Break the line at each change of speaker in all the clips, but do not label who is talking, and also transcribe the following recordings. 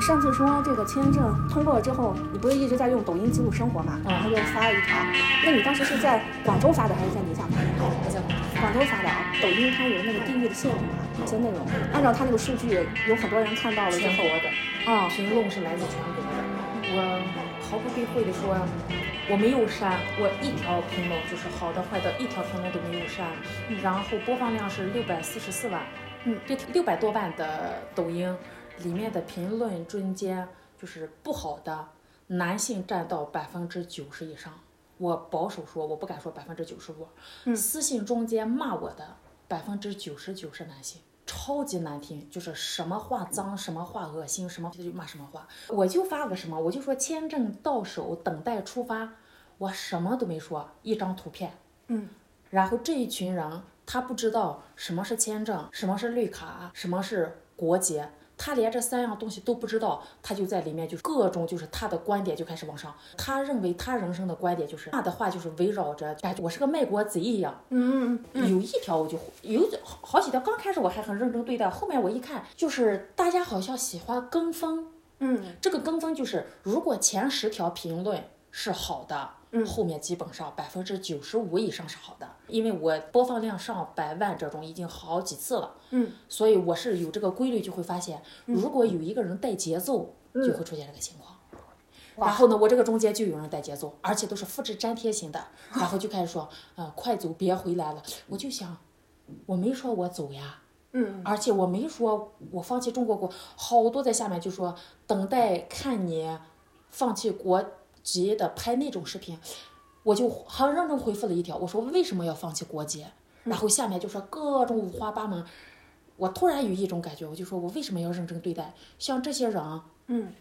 上次说这个签证通过了之后，你不是一直在用抖音记录生活嘛？然后就发了一条，那你当时是在广州发的还是在宁夏发的？
我在
广州发的啊，抖音它有那个地域的限制嘛，一些内容，按照它那个数据，有很多人看到了之
全
后
国，的
啊、
评论是来自全国的。我毫不避讳地说，我没有删，我一条评论就是好的坏的，一条评论都没有删。
嗯
然后播放量是六百四十四万，
嗯，
这六百多万的抖音里面的评论中间，就是不好的男性占到百分之九十以上，我保守说，我不敢说百分之九十五，
嗯
私信中间骂我的百分之九十九是男性。超级难听，就是什么话脏，什么话恶心，什么就骂什么话。我就发个什么，我就说签证到手，等待出发，我什么都没说，一张图片，
嗯，
然后这一群人他不知道什么是签证，什么是绿卡，什么是国籍，他连这三样东西都不知道，他就在里面就是各种就是他的观点就开始往上，他认为他人生的观点就是他的话就是围绕着感觉我是个卖国贼一样，
嗯嗯
有一条我就有好好几条，刚开始我还很认真对待，后面我一看就是大家好像喜欢跟风，
嗯
这个跟风就是，如果前十条评论是好的，后面基本上百分之九十五以上是好的，因为我播放量上百万这种已经好几次了，
嗯，
所以我是有这个规律，就会发现，如果有一个人带节奏，就会出现这个情况。然后呢，我这个中间就有人带节奏，而且都是复制粘贴型的，然后就开始说，呃，快走，别回来了。我就想，我没说我走呀，
嗯
而且我没说我放弃中国国，好多在下面就说等待看你放弃国籍的拍那种视频，我就很认真回复了一条，我说为什么要放弃国籍？然后下面就说各种五花八门。我突然有一种感觉，我就说我为什么要认真对待？像这些人，
嗯，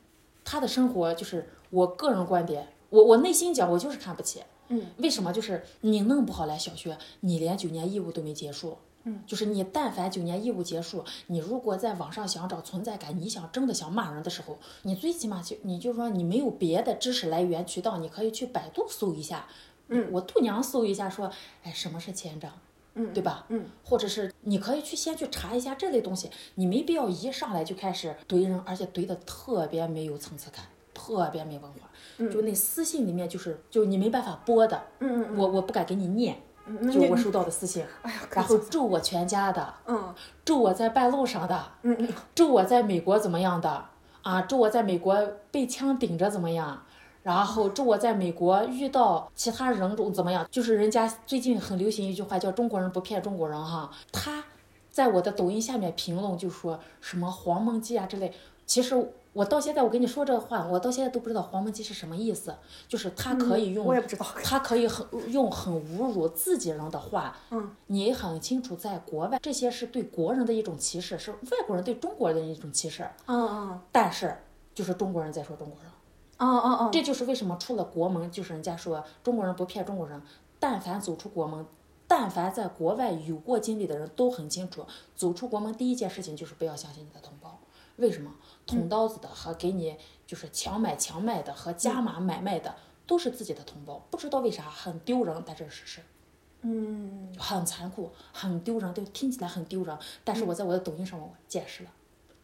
他的生活就是我个人观点，我我内心讲，我就是看不起。
嗯，
为什么？就是你弄不好来小学，你连九年义务都没结束。嗯，就是你但凡九年义务结束，你如果在网上想找存在感，你想真的想骂人的时候，你最起码就你就说你没有别的知识来源渠道，你可以去百度搜一下。嗯，我度娘搜一下说，哎，什么是签证？嗯，对吧？
嗯，
或者是你可以去先去查一下这类东西，你没必要一上来就开始怼人，而且怼的特别没有层次感，特别没文化。就那私信里面就是就你没办法播的，
嗯嗯
我我不敢给你念，就我收到的私信，然后咒我全家的，
嗯
咒我在半路上的，
嗯嗯
咒我在美国怎么样的啊，咒我在美国被枪顶着怎么样。然后咒我在美国遇到其他人种怎么样？就是人家最近很流行一句话叫“中国人不骗中国人”哈。他在我的抖音下面评论就说什么黄焖鸡啊之类。其实我到现在我跟你说这话，我到现在都不知道黄焖鸡是什么意思。就是他可以用
嗯我也不知道。
他可以很用很侮辱自己人的话，
嗯，
你也很清楚，在国外这些是对国人的一种歧视，是外国人对中国人的一种歧视。
嗯嗯
但是，就是中国人在说中国人，
嗯嗯嗯，
这就是为什么出了国门，就是人家说中国人不骗中国人。但凡走出国门，但凡在国外有过经历的人都很清楚，走出国门第一件事情就是不要相信你的同胞。为什么？捅刀子的和给你就是强买强卖的和加码买卖的。都是自己的同胞，不知道为啥很丢人，但这是事实。
嗯
很残酷，很丢人，对，听起来很丢人。但是我在我的抖音上我见识了，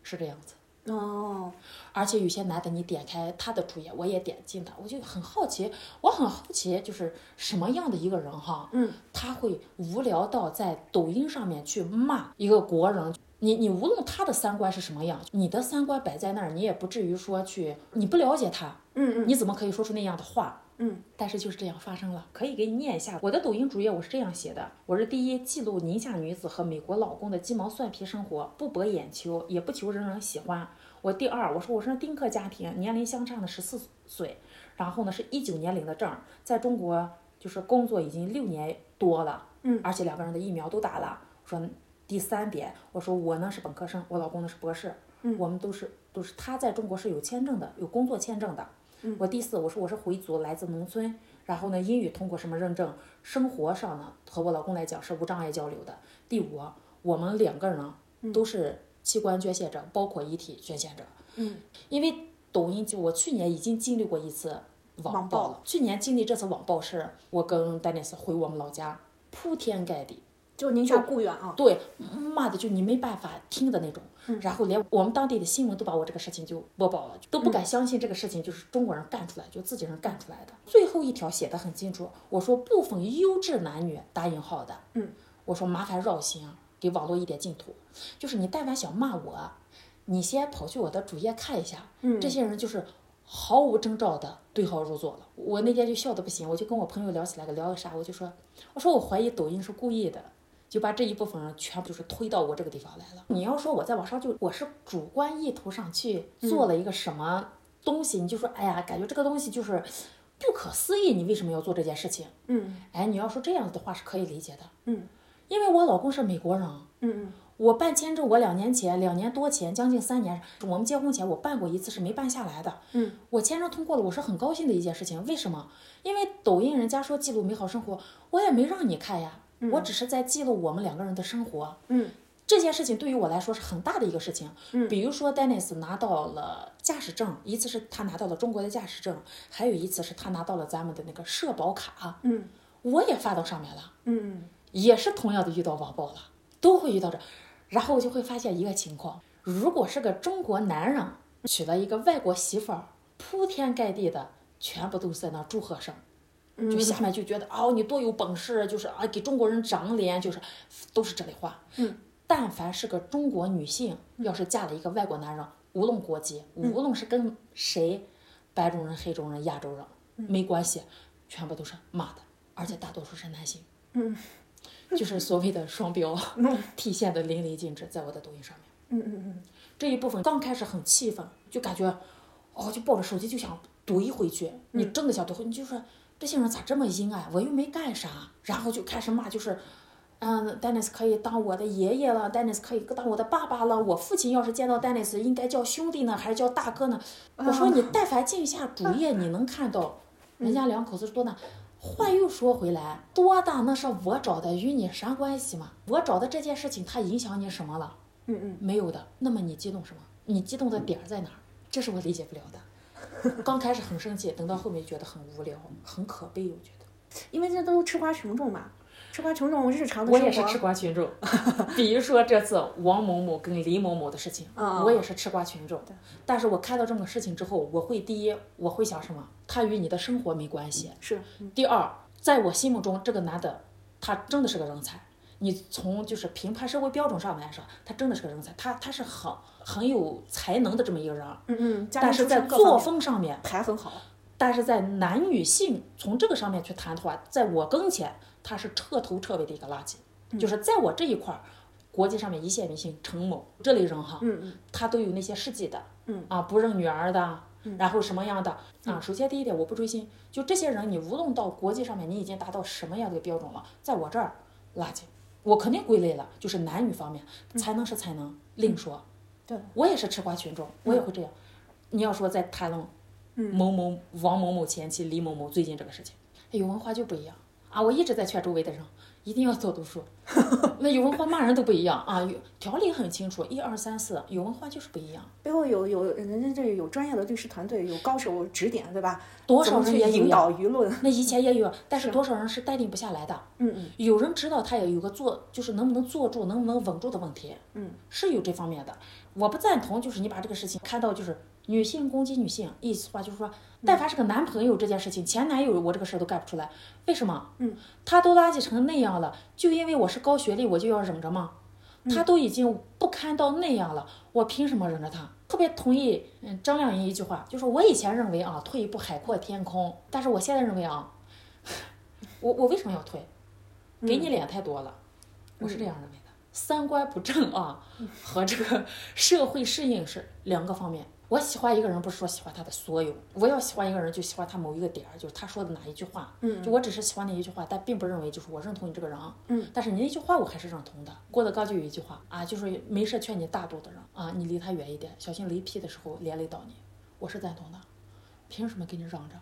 是这样子。
哦
而且有些男的，你点开他的主页，我也点进他，我就很好奇，我很好奇，就是什么样的一个人哈，
嗯，
他会无聊到在抖音上面去骂一个国人。你你无论他的三观是什么样，你的三观摆在那儿，你也不至于说去你不了解他，
嗯嗯
你怎么可以说出那样的话？
嗯，
但是就是这样发生了，可以给你念一下。我的抖音主页我是这样写的：我是第一，记录宁夏女子和美国老公的鸡毛蒜皮生活，不博眼球，也不求人人喜欢。我第二，我说我是丁克家庭，年龄相差呢十四岁，然后呢是一九年领的证，在中国就是工作已经六年多了，
嗯
而且两个人的疫苗都打了。我说第三点，我说我呢是本科生，我老公呢是博士，
嗯
我们都是都是他在中国是有签证的，有工作签证的。
嗯
我第四，我说我是回族，来自农村，然后呢，英语通过什么认证，生活上呢和我老公来讲是无障碍交流的。第五，我们两个人都是器官捐献者，包括遗体捐献者。
嗯
因为抖音就我去年已经经历过一次网
网暴
暴了，去年经历这次网暴是，我跟丹尼斯回我们老家，铺天盖地
就宁夏固原啊，
对，骂的就你没办法听的那种。然后连我们当地的新闻都把我这个事情就播报了，都不敢相信这个事情就是中国人干出来，就自己人干出来的。最后一条写的很清楚，我说部分优质男女打引号的，
嗯，
我说麻烦绕行，给网络一点净土，就是你但凡想骂我，你先跑去我的主页看一下，
嗯
这些人就是毫无征兆的对号入座了。我那天就笑的不行，我就跟我朋友聊起来个聊个啥，我就说，我说我怀疑抖音是故意的，就把这一部分人全部就是推到我这个地方来了。你要说我在网上就我是主观意图上去做了一个什么东西，你就说哎呀，感觉这个东西就是不可思议，你为什么要做这件事情？
嗯
哎，你要说这样的话是可以理解的，
嗯
因为我老公是美国人。
嗯
我办签证，我两年前、两年多前，将近三年，我们结婚前我办过一次，是没办下来的。
嗯，
我签证通过了，我是很高兴的一件事情。为什么？因为抖音人家说记录美好生活，我也没让你看呀，我只是在记录我们两个人的生活。
嗯
这件事情对于我来说是很大的一个事情。
嗯
比如说，Dennis 拿到了驾驶证，一次是他拿到了中国的驾驶证，还有一次是他拿到了咱们的那个社保卡，
嗯
我也发到上面了。
嗯
也是同样的遇到网暴了，都会遇到这，然后我就会发现一个情况：如果是个中国男人娶了一个外国媳妇儿，铺天盖地的全部都是在那祝贺声，
嗯，
就下面就觉得哦你多有本事，就是啊给中国人长脸，就是都是这类话。
嗯，
但凡是个中国女性，要是嫁了一个外国男人，无论国籍，无论是跟谁，白种人、黑种人、亚洲人，没关系，全部都是骂的，而且大多数是男性。
嗯
就是所谓的双标，体现的淋漓尽致，在我的抖音上面。
嗯嗯
这一部分刚开始很气愤，就感觉，哦，就抱着手机就想怼回去。你真的想怼回，你就说这些人咋这么阴暗？我又没干啥，然后就开始骂，就是，嗯，Dennis 可以当我的爷爷了，Dennis 可以当我的爸爸了。我父亲要是见到 Dennis，应该叫兄弟呢，还是叫大哥呢？我说你但凡进一下主页，你能看到人家两口子是多大。话又说回来，多大那是我找的，与你啥关系嘛？我找的这件事情，它影响你什么了？
嗯嗯
没有的。那么你激动什么？你激动的点儿在哪儿？这是我理解不了的。刚开始很生气，等到后面觉得很无聊，很可悲，我觉得。
嗯，因为这都是吃瓜群众嘛，吃瓜群众日常的
我
生活。
也是吃瓜群众， 比如说这次王某某跟李某某的事情，
嗯
我也是吃瓜群众。但是我看到这么个事情之后，我会第一，我会想什么？他与你的生活没关系。
是，
第二，在我心目中，这个男的他真的是个人才。你从就是评判社会标准上来说，他真的是个人才，他他是很很有才能的这么一个人。
嗯嗯，家
但
庭
是
出
在
身各
作
方面
风上面，
排很好。
但是在男女性从这个上面去谈的话，在我跟前他是彻头彻尾的一个垃圾，
嗯
就是在我这一块儿，国际上面一线明星陈某这类人哈，
嗯嗯
他都有那些事迹的，
嗯
啊，不认女儿的，然后什么样的啊？首先第一点，我不追星，就这些人，你无论到国际上面，你已经达到什么样的一个标准了，在我这儿垃圾，我肯定归类了，就是男女方面，才能是才能，另说。
嗯对，嗯
我也是吃瓜群众，我也会这样。你要说在谈论某某王某某前妻李某某最近这个事情，哎有文化就不一样啊！我一直在劝周围的人一定要多读书，那有文化骂人都不一样啊，有条理很清楚，一二三四，有文化就是不一样。
背后有有人家这有专业的律师团队，有高手指点，对吧？
多
怎
少
么
人
去
也有
引
呀，
导舆论？
那以前也有，但是多少人是淡定不下来的。
嗯嗯
有人知道他也有个坐，就是能不能坐住，能不能稳住的问题，
嗯，
是有这方面的。我不赞同，就是你把这个事情看到就是女性攻击女性，意思话就是说，
嗯
但凡是个男朋友这件事情，前男友我这个事儿都干不出来，为什么？
嗯，
他都垃圾成那样了，就因为我是高学历，我就要忍着吗？
嗯
他都已经不堪到那样了，我凭什么忍着他？特别同意，嗯，张靓颖一句话，就是我以前认为啊，退一步海阔天空，但是我现在认为啊， 我我为什么要退？给
嗯
你脸太多了，我是这样认为的。三观不正啊，
嗯
和这个社会适应是两个方面。我喜欢一个人，不是说喜欢他的所有，我要喜欢一个人就喜欢他某一个点儿，就是他说的哪一句话，
嗯
就我只是喜欢那一句话，但并不认为就是我认同你这个人，啊
嗯，
但是你那句话我还是认同的。郭德纲就有一句话啊，就是没事劝你大度的人啊，你离他远一点，小心雷劈的时候连累到你，我是赞同的，凭什么给你让着？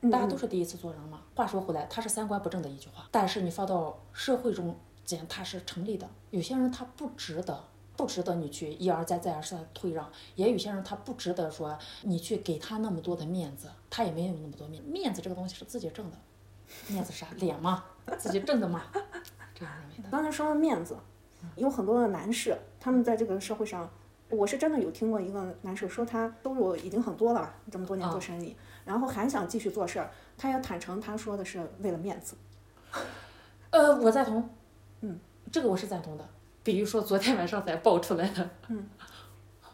嗯
大家都是第一次做人嘛。话说回来，他是三观不正的一句话，但是你放到社会中间，它是成立的。有些人他不值得，不值得你去一而再再而三地退让；也有些人他不值得说你去给他那么多的面子，他也没有那么多面。面子这个东西是自己挣的，面子啥脸嘛，自己挣的嘛。这样认为的。
刚才说到面子，有很多的男士，他们在这个社会上，我是真的有听过一个男士说，他收入已经很多了吧，这么多
嗯
年做生意，然后还想继续做事儿，他也坦诚，他说的是为了面子。
呃，我赞同，嗯，这个我是赞同的。比如说昨天晚上才爆出来的，
嗯，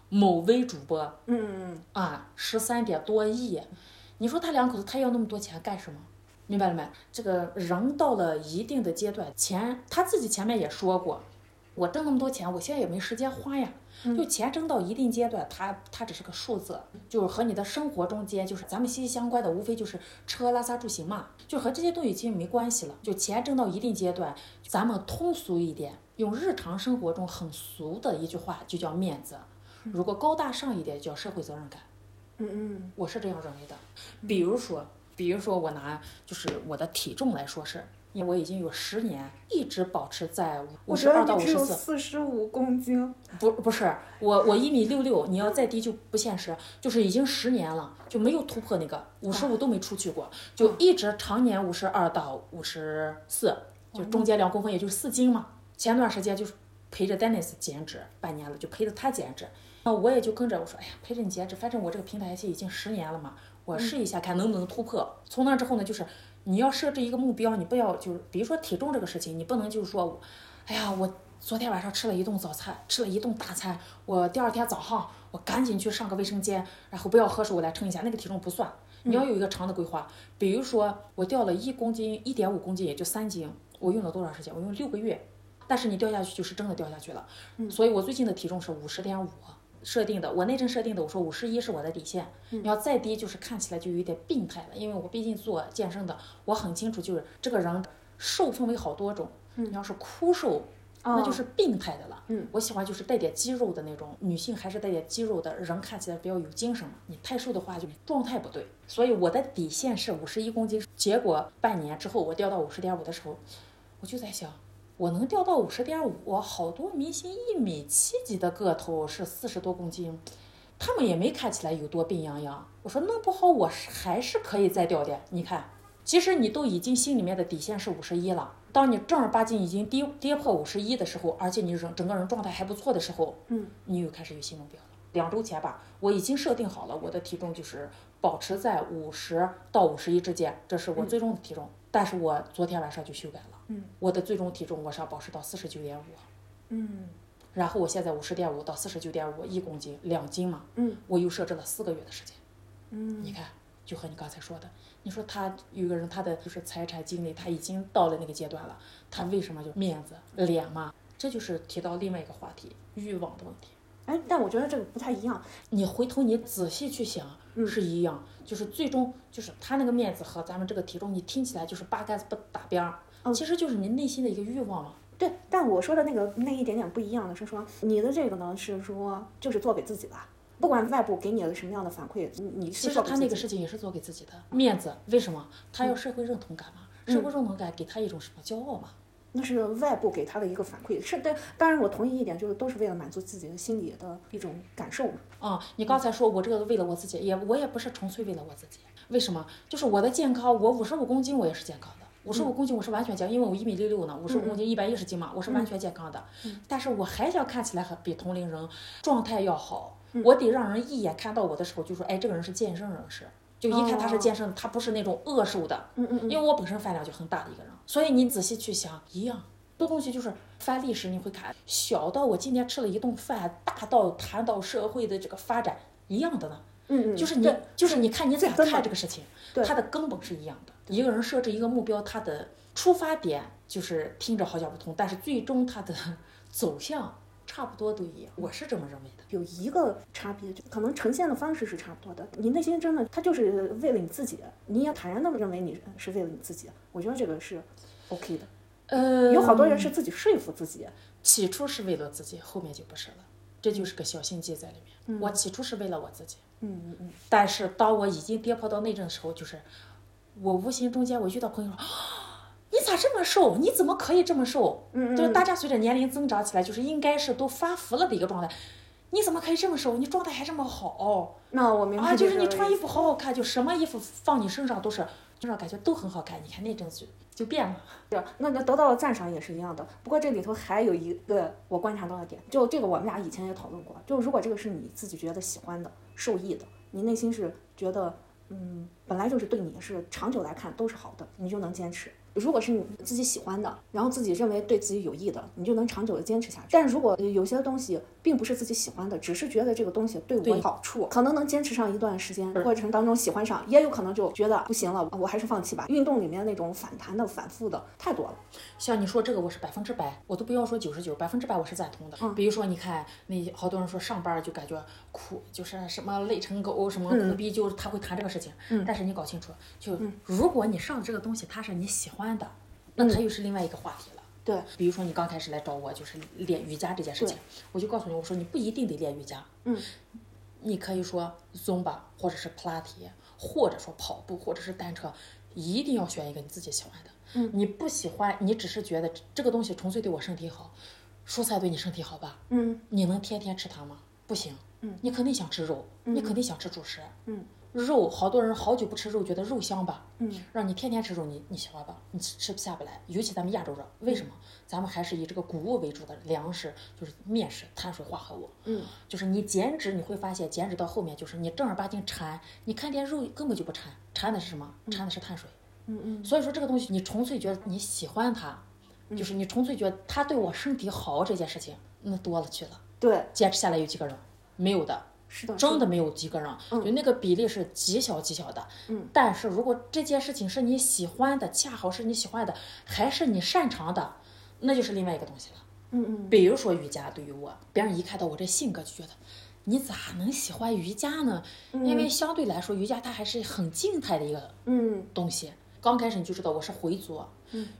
某微主播
嗯，
啊，十三点多亿，你说他两口子他要那么多钱干什么？明白了没？这个人到了一定的阶段，钱他自己前面也说过，我挣那么多钱，我现在也没时间花呀。就钱挣到一定阶段，它它只是个数字，就是和你的生活中间，就是咱们息息相关的，无非就是吃喝拉撒住行嘛，就和这些东西其实没关系了。就钱挣到一定阶段，咱们通俗一点，用日常生活中很俗的一句话，就叫面子。如果高大上一点，叫社会责任感。
嗯嗯
我是这样认为的。比如说，比如说我拿就是我的体重来说事儿，因为我已经有十年一直保持在五
我
十
觉
二
得
到
你只
五十
有
四。
四十五公斤，
不不是我我一米六六，你要再低就不现实，就是已经十年了，就没有突破那个五十五都没出去过，就一直常年五十二到五十四，就中间两公分，也就是四斤嘛。前段时间就是陪着 Dennis 减脂半年了，就陪着他减脂，那我也就跟着我说，哎呀，陪着你减脂，反正我这个平台期已经十年了嘛，我试一下看能不能突破。从那之后呢，就是你要设置一个目标，你不要就是比如说体重这个事情，你不能就是说我，哎呀我。昨天晚上吃了一顿早餐，吃了一顿大餐。我第二天早上，我赶紧去上个卫生间，然后不要喝水，我来称一下，那个体重不算。你要有一个长的规划，比如说我掉了一公斤、一点五公斤，也就三斤，我用了多长时间？我用六个月，但是你掉下去就是真的掉下去了。所以我最近的体重是五十点五设定的，我那阵设定的，我说五十一是我的底线，你要再低就是看起来就有一点病态了，因为我毕竟做健身的，我很清楚就是这个人瘦分为好多种，你要是枯瘦。
哦
那就是病态的了。嗯，我喜欢就是带点肌肉的那种女性，还是带点肌肉的人，看起来比较有精神嘛。你太瘦的话，就状态不对。所以我的底线是五十一公斤，结果半年之后我掉到五十点五的时候，我就在想，我能掉到五十点五，我好多明星一米七几的个头是四十多公斤，他们也没看起来有多病殃殃。我说弄不好我是还是可以再掉点。你看，其实你都已经心里面的底线是五十一了，当你正儿八经已经跌跌破五十一的时候，而且你整整个人状态还不错的时候，
嗯，
你又开始有新目标了。两周前吧，我已经设定好了我的体重就是保持在五十到五十一之间，这是我最终的体重。但是我昨天晚上就修改了，
嗯，
我的最终体重我是要保持到四十九点五，
嗯
然后我现在五十点五到四十九点五，一公斤两斤嘛，
嗯，
我又设置了四个月的时间。
嗯，
你看，就和你刚才说的，你说他有一个人，他的就是财产经历，他已经到了那个阶段了，他为什么就面子脸嘛？这就是提到另外一个话题，欲望的问题。
哎，但我觉得这个不太一样，
你回头你仔细去想，
嗯
是一样，就是最终就是他那个面子和咱们这个体重，你听起来就是八竿子不打边儿，
哦
其实就是你内心的一个欲望嘛。
对，但我说的那个那一点点不一样的是说，你的这个呢是说就是做给自己的，不管外部给你了什么样的反馈，你你
其
是
实
做给
他
自
那
己嗯
个事情也是做给自己的面子，为什么？他要社会认同感嘛，社会认同感给他一种什么骄傲嘛？
那是外部给他的一个反馈，是对。当然，我同意一点，就是都是为了满足自己的心理的一种感受嘛。
啊、你刚才说我这个为了我自己，也我也不是纯粹为了我自己，为什么？就是我的健康，我五十五公斤我也是健康的，五十五公斤我是完全健，因为我一米六六呢，五十五公斤一百一十斤嘛，我是完全健康的。但是我还想看起来很比同龄人状态要好，我得让人一眼看到我的时候就说，哎，这个人是健身人士。就一看他是健身的，他不是那种饿瘦的，
嗯嗯
因为我本身饭量就很大的一个人，所以你仔细去想，一样。多东西就是翻历史，你会看小到我今天吃了一顿饭，大到谈到社会的这个发展一样的呢。
嗯嗯，
就是你
对，
就是你看你咋
根本
看这个事情，它的根本是一样的。一个人设置一个目标，他的出发点就是听着好像不同，但是最终他的 走向差不多都一样。我是这么认为的。
有一个差别，就可能呈现的方式是差不多的。你内心真的，他就是为了你自己，你也坦然的认为你是为了你自己。我觉得这个是 OK 的。
呃，
有好多人是自己说服自己，
起初是为了自己，后面就不是了，这就是个小心机在里面。我起初是为了我自己，
嗯嗯嗯，
但是当我已经跌破到那阵的时候，就是我无形中间我遇到朋友说。啊你咋这么瘦？你怎么
嗯
可以这么瘦？嗯就是大家随着年龄增长起来，就是应该是都发福了的一个状态。你怎么可以这么瘦？你状态还这么好
那我明白、
啊！就是你
这个
穿
意
衣
思
服好好看，就什么衣服放你身上都是，身上感觉都很好看。你看那阵子就变了，
是，那那得到了赞赏也是一样的。不过这里头还有一个我观察到的点，就这个我们俩以前也讨论过，就如果这个是你自己觉得喜欢的、受益的，你内心是觉得，嗯，本来就是对你是长久来看都是好的，你就能坚持。如果是你自己喜欢的，然后自己认为对自己有益的，你就能长久的坚持下去。但如果有些东西并不是自己喜欢的，只是觉得这个东西对我
对
有好处，可能能坚持上一段时间，过程当中喜欢上，也有可能就觉得不行了，我还是放弃吧。运动里面那种反弹的、反复的太多了。
像你说这个，我是百分之百，我都不要说九十九，百分之百我是赞同的。比如说，你看那好多人说上班就感觉苦，就是什么累成狗，什么苦逼，就是他会谈这个事情。但是你搞清楚，就如果你上这个东西它是你喜欢的，那它又是另外一个话题了。
对，
比如说你刚开始来找我就是练瑜伽这件事情，我就告诉你，我说你不一定得练瑜伽，嗯，你可以说 Zumba 或者是普拉提，或者说跑步，或者是单车，一定要选一个你自己喜欢的。嗯，你不喜欢，你只是觉得这这个东西纯粹对我身体好，蔬菜对你身体好吧？
嗯，
你能天天吃它吗？不行。嗯，你肯定想吃肉，你肯定想吃主食。
嗯，
肉好多人好久不吃肉，觉得肉香吧？嗯，让你天天吃肉，你你喜欢吧？你吃吃不下不来。尤其咱们亚洲人，为什么？咱们还是以这个谷物为主的粮食，就是面食、碳水化合物。嗯，就是你减脂，你会发现减脂到后面就是你正儿八经馋，你看见肉根本就不馋，馋的是什么？馋的是碳水。
嗯嗯
所以说这个东西，你纯粹觉得你喜欢它，就是你纯粹觉得它对我身体好这件事情，那多了去了。，
对，
坚持下来有几个人？没有的，
嗯是的，
真的没有几个人，啊就那个比例是极小极小的。嗯，但是如果这件事情是你喜欢的，恰好是你喜欢的，还是你擅长的，那就是另外一个东西了。
嗯嗯，
比如说瑜伽，对于我，别人一看到我这性格就觉得。你咋能喜欢瑜伽呢？因为相对来说，瑜伽它还是很静态的一个
嗯
东西。刚开始你就知道我是回族，啊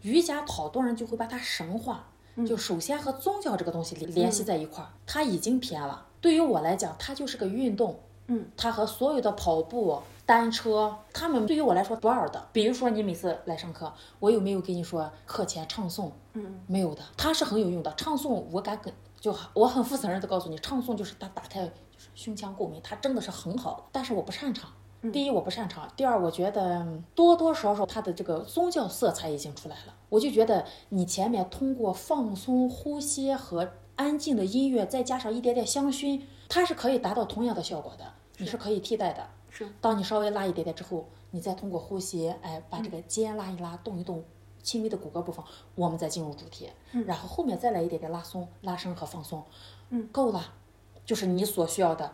瑜伽好多人就会把它神化，就首先和宗教这个东西联联系在一块儿，它已经偏了。对于我来讲，它就是个运动，
嗯，
它和所有的跑步、单车，它们对于我来说不二的。比如说你每次来上课，我有没有跟你说课前唱诵？嗯，没有的，它是很有用的。唱诵我敢跟就我很负责任的告诉你，唱诵就是它打开就是胸腔共鸣，它真的是很好的，但是我不擅长。第一，我不擅长；第二，我觉得嗯多多少少它的这个宗教色彩已经出来了。我就觉得你前面通过放松、呼吸和安静的音乐，再加上一点点香薰，它是可以达到同样的效果的，你是可以替代的。
是，
当你稍微拉一点点之后，你再通过呼吸，哎，把这个肩拉一拉，动一动。轻微的骨骼部分，我们再进入主题，然后后面再来一点点拉松、拉伸和放松，嗯，够了，就是你所需要的。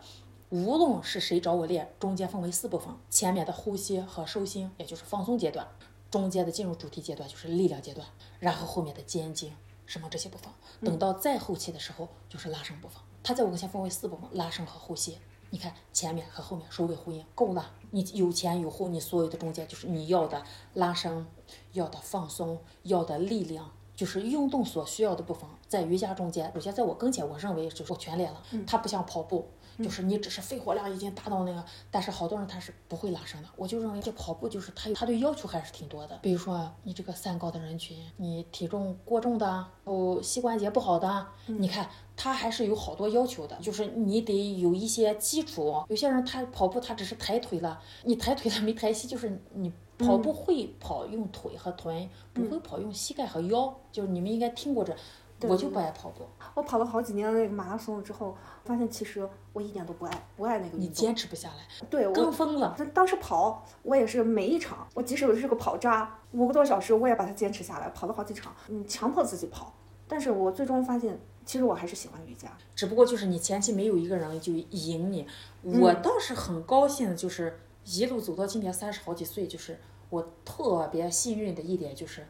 无论是谁找我练，中间分为四部分：前面的呼吸和收心，也就是放松阶段；中间的进入主题阶段，就是力量阶段；然后后面的肩颈什么这些部分。等到再后期的时候，就是拉伸部分。它在我跟前分为四部分：拉伸和呼吸。你看前面和后面首尾呼应，够了。你有前有后，你所有的中间就是你要的拉伸，要的放松，要的力量，就是运动所需要的部分，在瑜伽中间，首先在我跟前，我认为就是我全练了，它不像跑步，就是你只是肺活量已经达到那个，但是好多人他是不会拉伸的，我就认为这跑步就是他他对要求还是挺多的，比如说你这个三高的人群，你体重过重的，然后膝关节不好的，你看他还是有好多要求的，就是你得有一些基础，有些人他跑步他只是抬腿了，你抬腿了没抬膝，就是你。跑步会跑用腿和臀，不会跑用膝盖和腰。就是你们应该听过这，我就不爱跑步，
我跑了好几年那个马拉松之后，发现其实我一点都不爱，不爱那个
你
运动。
坚持不下来，
对我
跟，风了。
但当时跑，我也是每一场，我即使我是个跑渣，五个多小时，我也把它坚持下来，跑了好几场，嗯，强迫自己跑。但是我最终发现，其实我还是喜欢瑜伽。
只不过就是你前期没有一个人就引你。我倒是很高兴的，就是一路走到今年三十好几岁，就是我特别幸运的一点就是，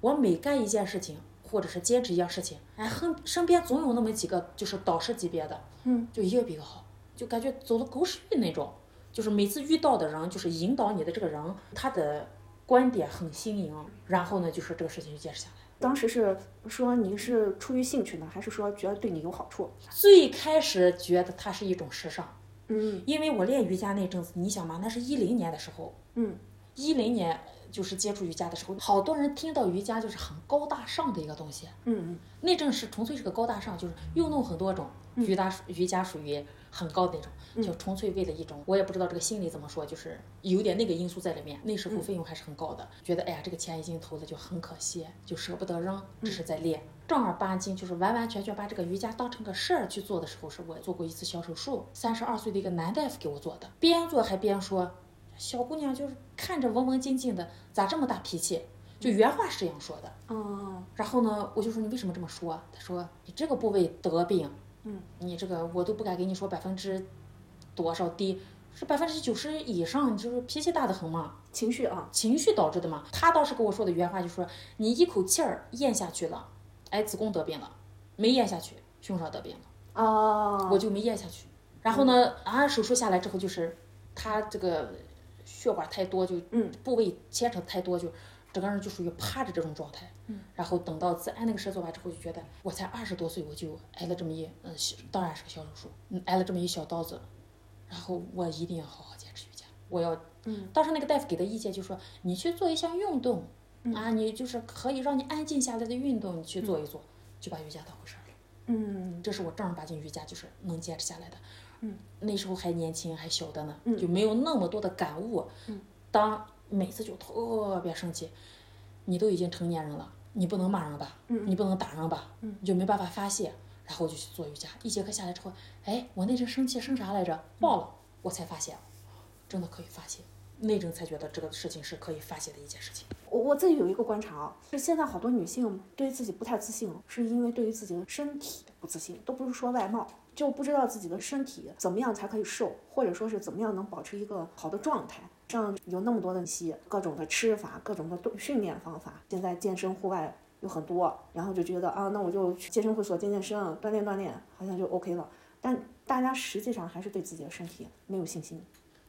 我每干一件事情或者是坚持一样事情，哎，很身边总有那么几个就是导师级别的，
嗯，
就一个比一个好，就感觉走的狗屎运那种。就是每次遇到的人，就是引导你的这个人，他的观点很新颖，然后呢，就是这个事情就坚持下来。
当时是说你是出于兴趣呢，还是说觉得对你有好处？
最开始觉得它是一种时尚，
嗯
因为我练瑜伽那阵子，你想嘛，那是一零年的时候，
嗯，
一零年就是接触瑜伽的时候，好多人听到瑜伽就是很高大上的一个东西。
嗯
内政是纯粹是个高大上，就是运动很多种，瑜伽属瑜伽属于很高的那种，就纯粹为了一种，我也不知道这个心理怎么说，就是有点那个因素在里面。那时候费用还是很高的，觉得哎呀，这个钱已经投了就很可惜，就舍不得扔，只是在练。正儿八经就是完完全全把这个瑜伽当成个事儿去做的时候，是我做过一次小手术，三十二岁的一个男大夫给我做的，边做还边说，小姑娘就是看着文文静静的，咋这么大脾气？就原话是这样说的。
哦，
然后呢，我就说你为什么这么说？啊他说你这个部位得病，
嗯，
你这个我都不敢给你说百分之多少低，是百分之九十以上，你就是脾气大的很嘛，
情绪啊，
情绪导致的嘛。他当时跟我说的原话就说你一口气儿咽下去了，哎，子宫得病了，没咽下去，胸上得病了。
哦，
我就没咽下去。然后呢，啊，手术下来之后就是，他这个血管太多，就
嗯
部位牵扯太多，就整个人就属于趴着这种状态。嗯。然后等到自安那个事做完之后，就觉得我才二十多岁，我就挨了这么一，嗯，小当然是个小手术，嗯，挨了这么一小刀子，然后我一定要好好坚持瑜伽，我要，嗯，当时那个大夫给的意见就说，你去做一项运动，啊，你就是可以让你安静下来的运动，你去做一做，就把瑜伽当回事儿了。
嗯
这是我正儿八经瑜伽就是能坚持下来的。嗯，那时候还年轻还小的呢，就没有那么多的感悟。嗯，当每次就特别生气，你都已经成年人了，你不能骂人吧？嗯，你不能打人吧？嗯，你就没办法发泄，然后我就去做瑜伽。一节课下来之后，哎，我那阵生气生啥来着？忘了，我才发现，真的可以发泄。那阵才觉得这个事情是可以发泄的一件事情。
我我自己有一个观察啊，是现在好多女性对于自己不太自信，是因为对于自己的身体不自信，都不是说外貌，就不知道自己的身体怎么样才可以瘦，或者说是怎么样能保持一个好的状态。这样有那么多的些各种的吃法，各种的动训练方法，现在健身户外有很多，然后就觉得啊，那我就去健身会所健健身，锻炼锻炼，好像就 OK 了。但大家实际上还是对自己的身体没有信心。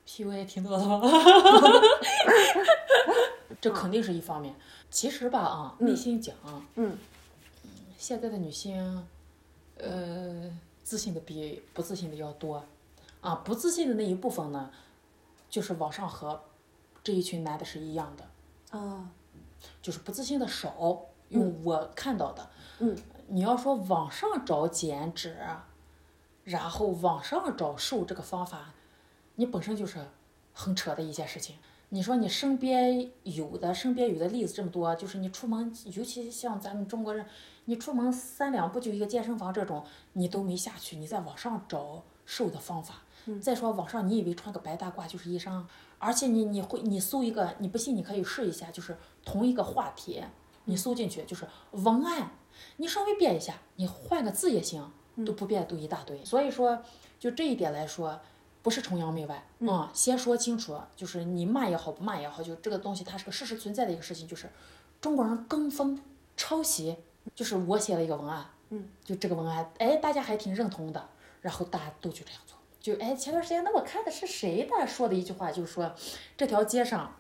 PUA 挺多的吧？ 这肯定是一方面。其实吧啊，内心讲，
嗯，
现在的女性，呃，自信的比不自信的要多，啊，不自信的那一部分呢，就是往上和这一群男的是一样的，
啊，
就是不自信的少。用我看到的，
嗯，
你要说往上找减脂，然后往上找瘦这个方法，你本身就是很扯的一件事情。你说你身边有的身边有的例子这么多，就是你出门，尤其像咱们中国人，你出门三两步就一个健身房这种，你都没下去，你在网上找瘦的方法。再说网上你以为穿个白大褂就是一张，而且你你会你搜一个，你不信你可以试一下，就是同一个话题，你搜进去就是文案，你稍微变一下，你换个字也行，都不变都一大堆。所以说，就这一点来说，不是崇洋媚外啊、嗯先说清楚，就是你骂也好，不骂也好，就这个东西它是个事实存在的一个事情，就是中国人跟风抄袭，就是我写了一个文案，嗯，就这个文案，哎，大家还挺认同的，然后大家都去这样做。就哎，前段时间那我看的是谁的说的一句话，就是说这条街上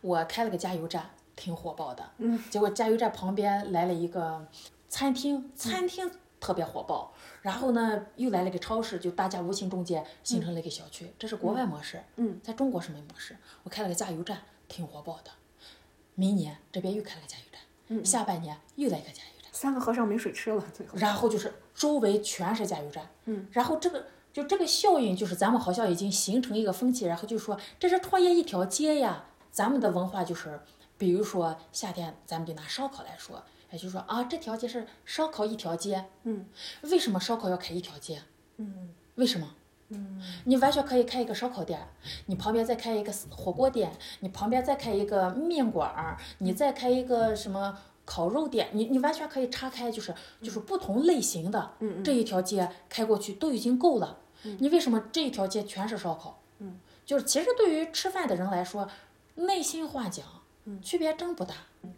我开了个加油站，挺火爆的。嗯，结果加油站旁边来了一个餐厅，餐厅特别火爆。然后呢，又来了个超市，就大家无形中间形成了一个小区，这是国外模式。嗯，在中国是没模式。我开了个加油站，挺火爆的。明年这边又开了个加油站，嗯、下半年又来一个加油站。
三个和尚没水吃了，最后。
然后就是周围全是加油站，嗯，然后这个就这个效应，就是咱们好像已经形成一个风气，然后就说这是创业一条街呀。咱们的文化就是，比如说夏天，咱们就拿烧烤来说，也就是说啊，这条街是烧烤一条街，嗯，为什么烧烤要开一条街？嗯，为什么？你完全可以开一个烧烤店，你旁边再开一个火锅店，你旁边再开一个面馆儿，你再开一个什么烤肉店，你你完全可以岔开，就是就是不同类型的，这一条街开过去都已经够了。你为什么这一条街全是烧烤？嗯，就是其实对于吃饭的人来说，内心话讲，区别真不大。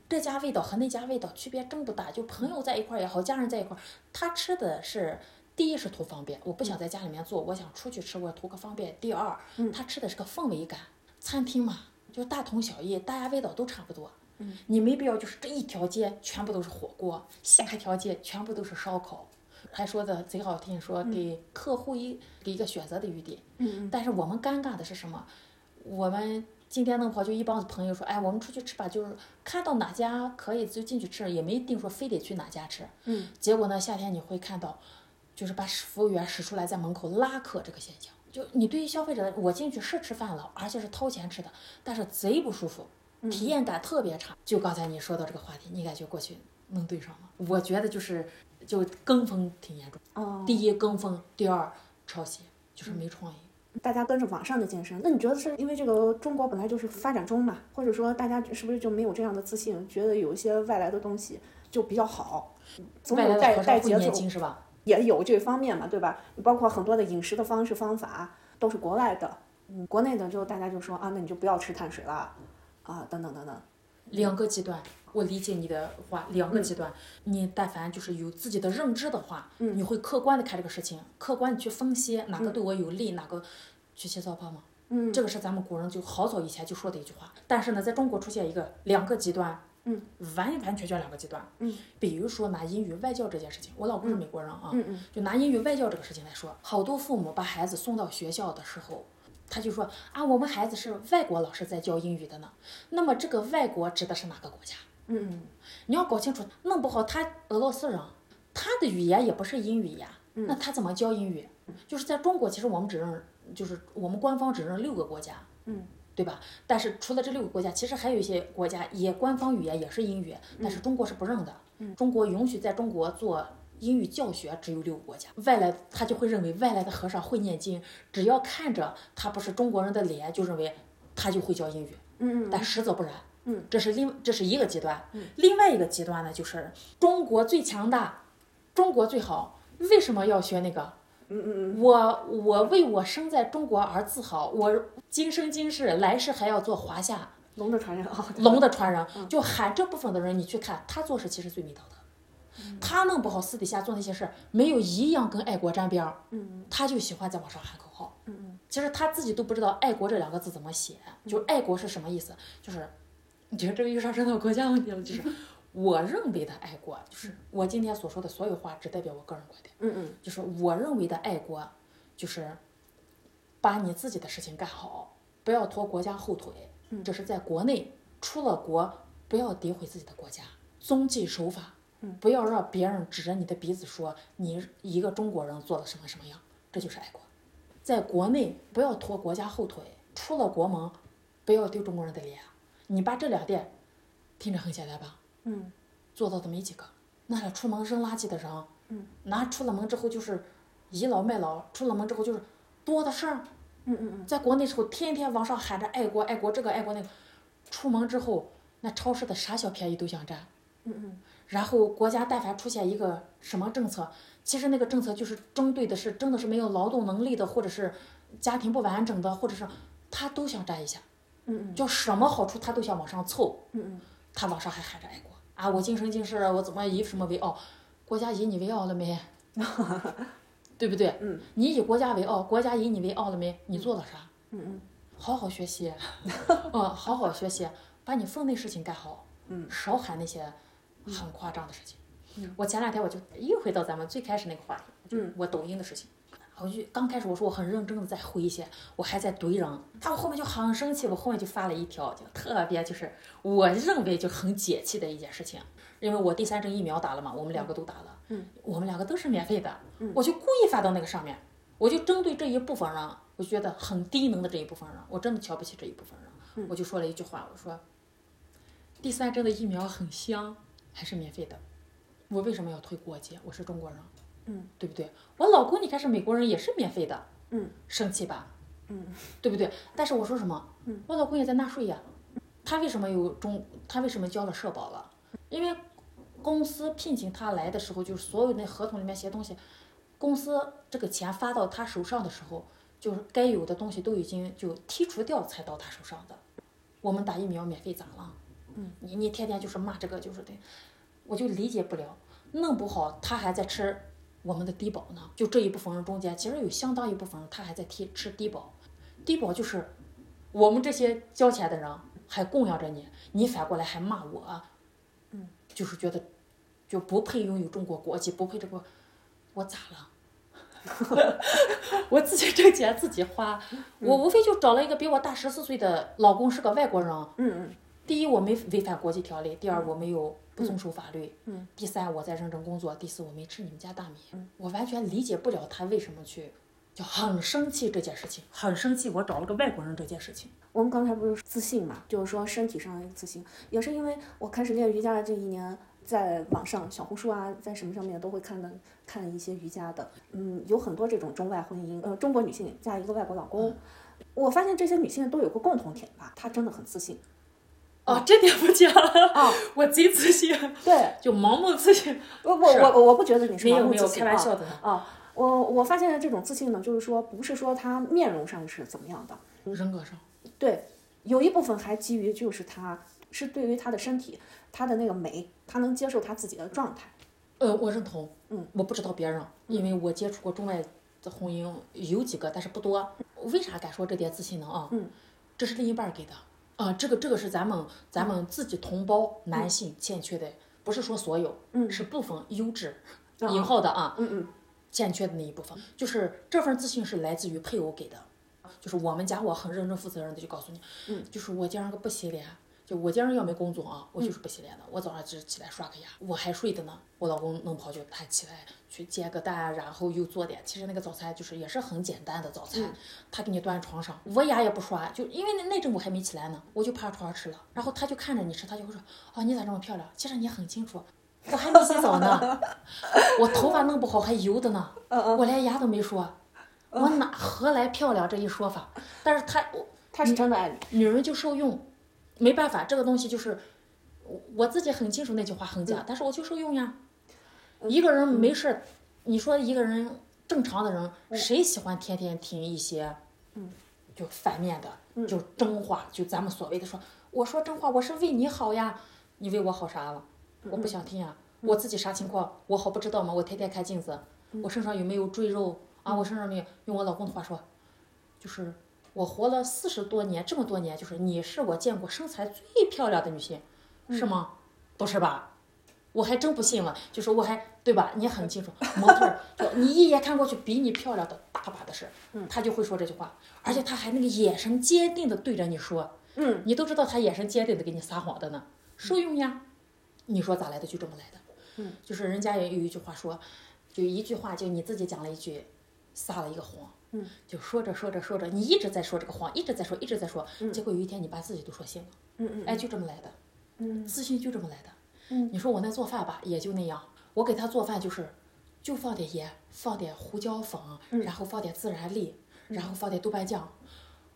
这家味道和那家味道区别真不大，就朋友在一块儿也好，家人在一块儿，他吃的是第一是图方便，我不想在家里面做，我想出去吃，我图个方便。第二，他吃的是个氛围感，餐厅嘛，就大同小异，大家味道都差不多。你没必要就是这一条街全部都是火锅，下一条街全部都是烧烤，还说的贼好听，说给客户一、给一个选择的余地。嗯，但是我们尴尬的是什么？我们进电灯泡就一帮子朋友说，哎，我们出去吃吧，就是看到哪家可以就进去吃，也没定说非得去哪家吃。
嗯，
结果呢，夏天你会看到，就是把服务员使出来在门口拉客这个现象。就你对于消费者，我进去是吃饭了，而且是掏钱吃的，但是贼不舒服，体验感特别差。就刚才你说到这个话题，你感觉过去能对上吗？我觉得就是就跟风挺严重。
哦，
第一跟风，第二抄袭，就是没创意。
大家跟着网上的健身，那你觉得是因为这个中国本来就是发展中嘛，或者说大家是不是就没有这样的自信，觉得有一些外来的东西就比较好，总
外来
有
的
带
和尚
带
会
节
念
奏，
经是吧？
也有这方面嘛，对吧？你包括很多的饮食的方式方法都是国外的，嗯，国内的就大家就说啊，那你就不要吃碳水了，啊，等等等等，
两个极端，我理解你的话，两个极端。
嗯
你但凡就是有自己的认知的话，你会客观的看这个事情，客观的去分析哪个对我有利，哪个去起糟粕吗？
嗯，
这个是咱们古人就好早以前就说的一句话。但是呢，在中国出现一个两个极端，
嗯，
完完全全两个极端，
嗯，
比如说拿英语外教这件事情，我老公是美国人啊，
嗯嗯
就拿英语外教这个事情来说，好多父母把孩子送到学校的时候，他就说啊，我们孩子是外国老师在教英语的呢。那么这个外国指的是哪个国家？
嗯嗯
你要搞清楚，弄不好他俄罗斯人，他的语言也不是英语呀，那他怎么教英语？就是在中国，其实我们只认，就是我们官方只认六个国家，
嗯，
对吧？但是除了这六个国家，其实还有一些国家也官方语言也是英语，但是中国是不认的。中国允许在中国做英语教学只有六个国家，外来他就会认为外来的和尚会念经，只要看着他不是中国人的脸，就认为他就会教英语。
嗯
但实则不然。
嗯，
这是另这是一个极端，另外一个极端呢，就是中国最强大，中国最好，为什么要学那个？
嗯嗯
我我为我生在中国而自豪，我今生今世来世还要做华夏
嗯，龙的传人啊，
龙的传人。就喊这部分的人，你去看他做事其实最没道德，
嗯
他弄不好私底下做那些事儿，没有一样跟爱国沾边儿，
嗯
他就喜欢在网上喊口号。
嗯
其实他自己都不知道“爱国”这两个字怎么写，就是“爱国”是什么意思，就是你觉得这个又上升到国家问题了，就是我认为的爱国，就是我今天所说的所有话只代表我个人观点，
嗯嗯
就是我认为的爱国，就是把你自己的事情干好，不要拖国家后腿，这是在国内，出了国不要诋毁自己的国家，遵纪守法，不要让别人指着你的鼻子说你一个中国人做了什么什么样，这就是爱国。在国内不要拖国家后腿，出了国门不要丢中国人的脸。啊你把这两点听着很简单吧，
嗯
做到的没几个。那俩出门扔垃圾的人，
嗯，
拿出了门之后就是倚老卖老，出了门之后就是多的事儿。
嗯嗯
在国内时候天天往上喊着爱国爱国这个爱国那个，出门之后那超市的啥小便宜都想占。
嗯嗯
然后国家但凡出现一个什么政策，其实那个政策就是针对的是真的是没有劳动能力的，或者是家庭不完整的，或者是他都想占一下，
嗯
就什么好处他都想往上凑，
嗯嗯
他往上还喊着爱国啊，我今生今世我怎么以什么为傲，国家以你为傲了没？ 对不对？
嗯，
你以国家为傲，国家以你为傲了没？你做了啥？
嗯嗯
好好 学习，嗯，好好学习，把你分内事情干好，
嗯，
少喊那些很夸张的事情。我前两天我就又回到咱们最开始那个话题，
嗯
就是我抖音的事情。我就刚开始我说我很认真的在回一些，我还在怼人，但我后面就很生气，我后面就发了一条，就特别就是我认为就很解气的一件事情，因为我第三针疫苗打了嘛，我们两个都打了，
嗯，
我们两个都是免费的，我就故意发到那个上面，我就针对这一部分人，我觉得很低能的这一部分人，我真的瞧不起这一部分
嗯
人，我就说了一句话，我说，第三针的疫苗很香，还是免费的，我为什么要推过节？我是中国人，
嗯，
对不对？我老公你看是美国人，也是免费的，
嗯，
生气吧，
嗯，
对不对？但是我说什么？嗯，我老公也在纳税呀，他为什么有中？他为什么交了社保了？因为公司聘请他来的时候，就是所有那合同里面写东西，公司这个钱发到他手上的时候，就是该有的东西都已经就剔除掉才到他手上的。我们打疫苗免费咋了？嗯，你你天天就是骂这个就是对，我就理解不了，弄不好他还在吃我们的低保呢。就这一部分人中间，其实有相当一部分人他还在替吃低保，低保就是我们这些交钱的人还供养着你，你反过来还骂我，嗯，就是觉得就不配拥有中国国籍，不配这个，我咋了？ 我自己挣钱自己花，
嗯
我无非就找了一个比我大十四岁的老公，是个外国人。
嗯嗯，
第一，我没违反国际条例；第二，我没有不遵守法律；
嗯
第三，我在认真工作；第四，我没吃你们家大米。我完全理解不了他为什么去，就很生气这件事情，很生气我找了个外国人这件事情。
我们刚才不是自信嘛，就是说身体上的自信，也是因为我开始练瑜伽的这一年，在网上小红书啊，在什么上面都会看到看一些瑜伽的，嗯，有很多这种中外婚姻，呃，中国女性嫁一个外国老公，
嗯
我发现这些女性都有个共同点吧，她真的很自信，
哦，这点不讲了， 我贼自信，
对，
就盲目自信。
我我
是
我我不觉得你是
没
盲
有
目
没有
自信
开玩
啊
笑的，
啊，我我发现这种自信呢，就是说不是说她面容上是怎么样的，
人格上，
对，有一部分还基于就是她是对于她的身体，她的那个美，她能接受她自己的状态，
呃，我认同。嗯，我不知道别人，因为我接触过中外的婚姻有几个，但是不多。为啥敢说这点自信呢？啊，嗯，这是另一半儿给的啊，这个这个是咱们咱们自己同胞男性欠缺的，不是说所有，嗯，是部分优质，引号的啊，
嗯嗯
欠缺的那一部分，就是这份自信是来自于配偶给的，就是我们家我很认真负责任的就告诉你，嗯，就是我今儿个不洗脸，就我今儿要没工作啊，我就是不洗脸的，我早上只是起来刷个牙，我还睡的呢，我老公弄跑就他起来去煎个蛋，然后又做点，其实那个早餐就是也是很简单的早餐，他给你端床上，我牙也不刷，就因为那那阵我还没起来呢，我就趴床上吃了，然后他就看着你吃，他就会说，啊你咋这么漂亮？其实你很清楚。我还没洗澡呢， 我头发弄不好还油的呢，我连牙都没说，我哪何来漂亮这一说法？但是他我
她是真的爱你，
女人就受用，没办法，这个东西就是我我自己很清楚那句话很假，但是我就受用呀。一个人没事儿，你说一个人正常的人，谁喜欢天天听一些，就反面的，就真话，就咱们所谓的说，我说真话，我是为你好呀，你为我好啥了？我不想听呀，我自己啥情况，我好不知道吗？我天天看镜子，我身上有没有赘肉啊？我身上没有，用我老公的话说，就是我活了四十多年，这么多年，就是你是我见过身材最漂亮的女性，是吗？不是吧？我还真不信了，就是我还对吧？你很清楚，模特儿就你一眼看过去比你漂亮的大把的是，他就会说这句话，而且他还那个眼神坚定的对着你说，
嗯，
你都知道他眼神坚定的给你撒谎的呢，受用呀，你说咋来的就这么来的，嗯，就是人家也有一句话说，就一句话就你自己讲了一句，撒了一个谎，嗯，就说着说着说着，你一直在说这个谎，一直在说一直在说，结果有一天你把自己都说信了，
嗯
嗯，哎，就这么来的，嗯，自信就这么来的，你说我那做饭吧，也就那样。我给他做饭就是，就放点盐，放点胡椒粉，
嗯
然后放点孜然粒，然后放点豆瓣酱。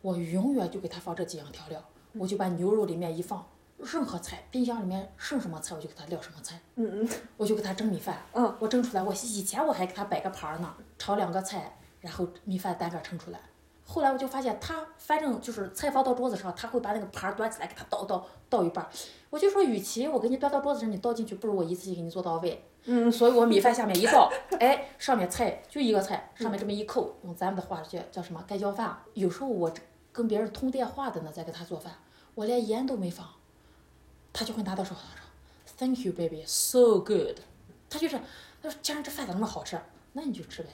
我永远就给他放这几样调料，
嗯
我就把牛肉里面一放，任何菜，冰箱里面剩什么菜我就给他撂什么菜。
嗯嗯
我就给他蒸米饭，
嗯，
我蒸出来，我以前我还给他摆个盘儿呢，炒两个菜，然后米饭单个盛出来。后来我就发现他，反正就是菜放到桌子上，他会把那个盘儿端起来给他倒倒倒一半儿。我就说，与其我给你端到桌子上，你倒进去，不如我一次性给你做到位。
嗯
所以我米饭下面一倒，哎，上面菜就一个菜，上面这么一扣，用咱们的话叫叫什么盖浇饭。有时候我跟别人通电话的呢，在给他做饭，我连盐都没放，他就会拿到手上说，Thank you, baby, so good。他就是，他说既然这饭咋那么好吃，那你就吃呗。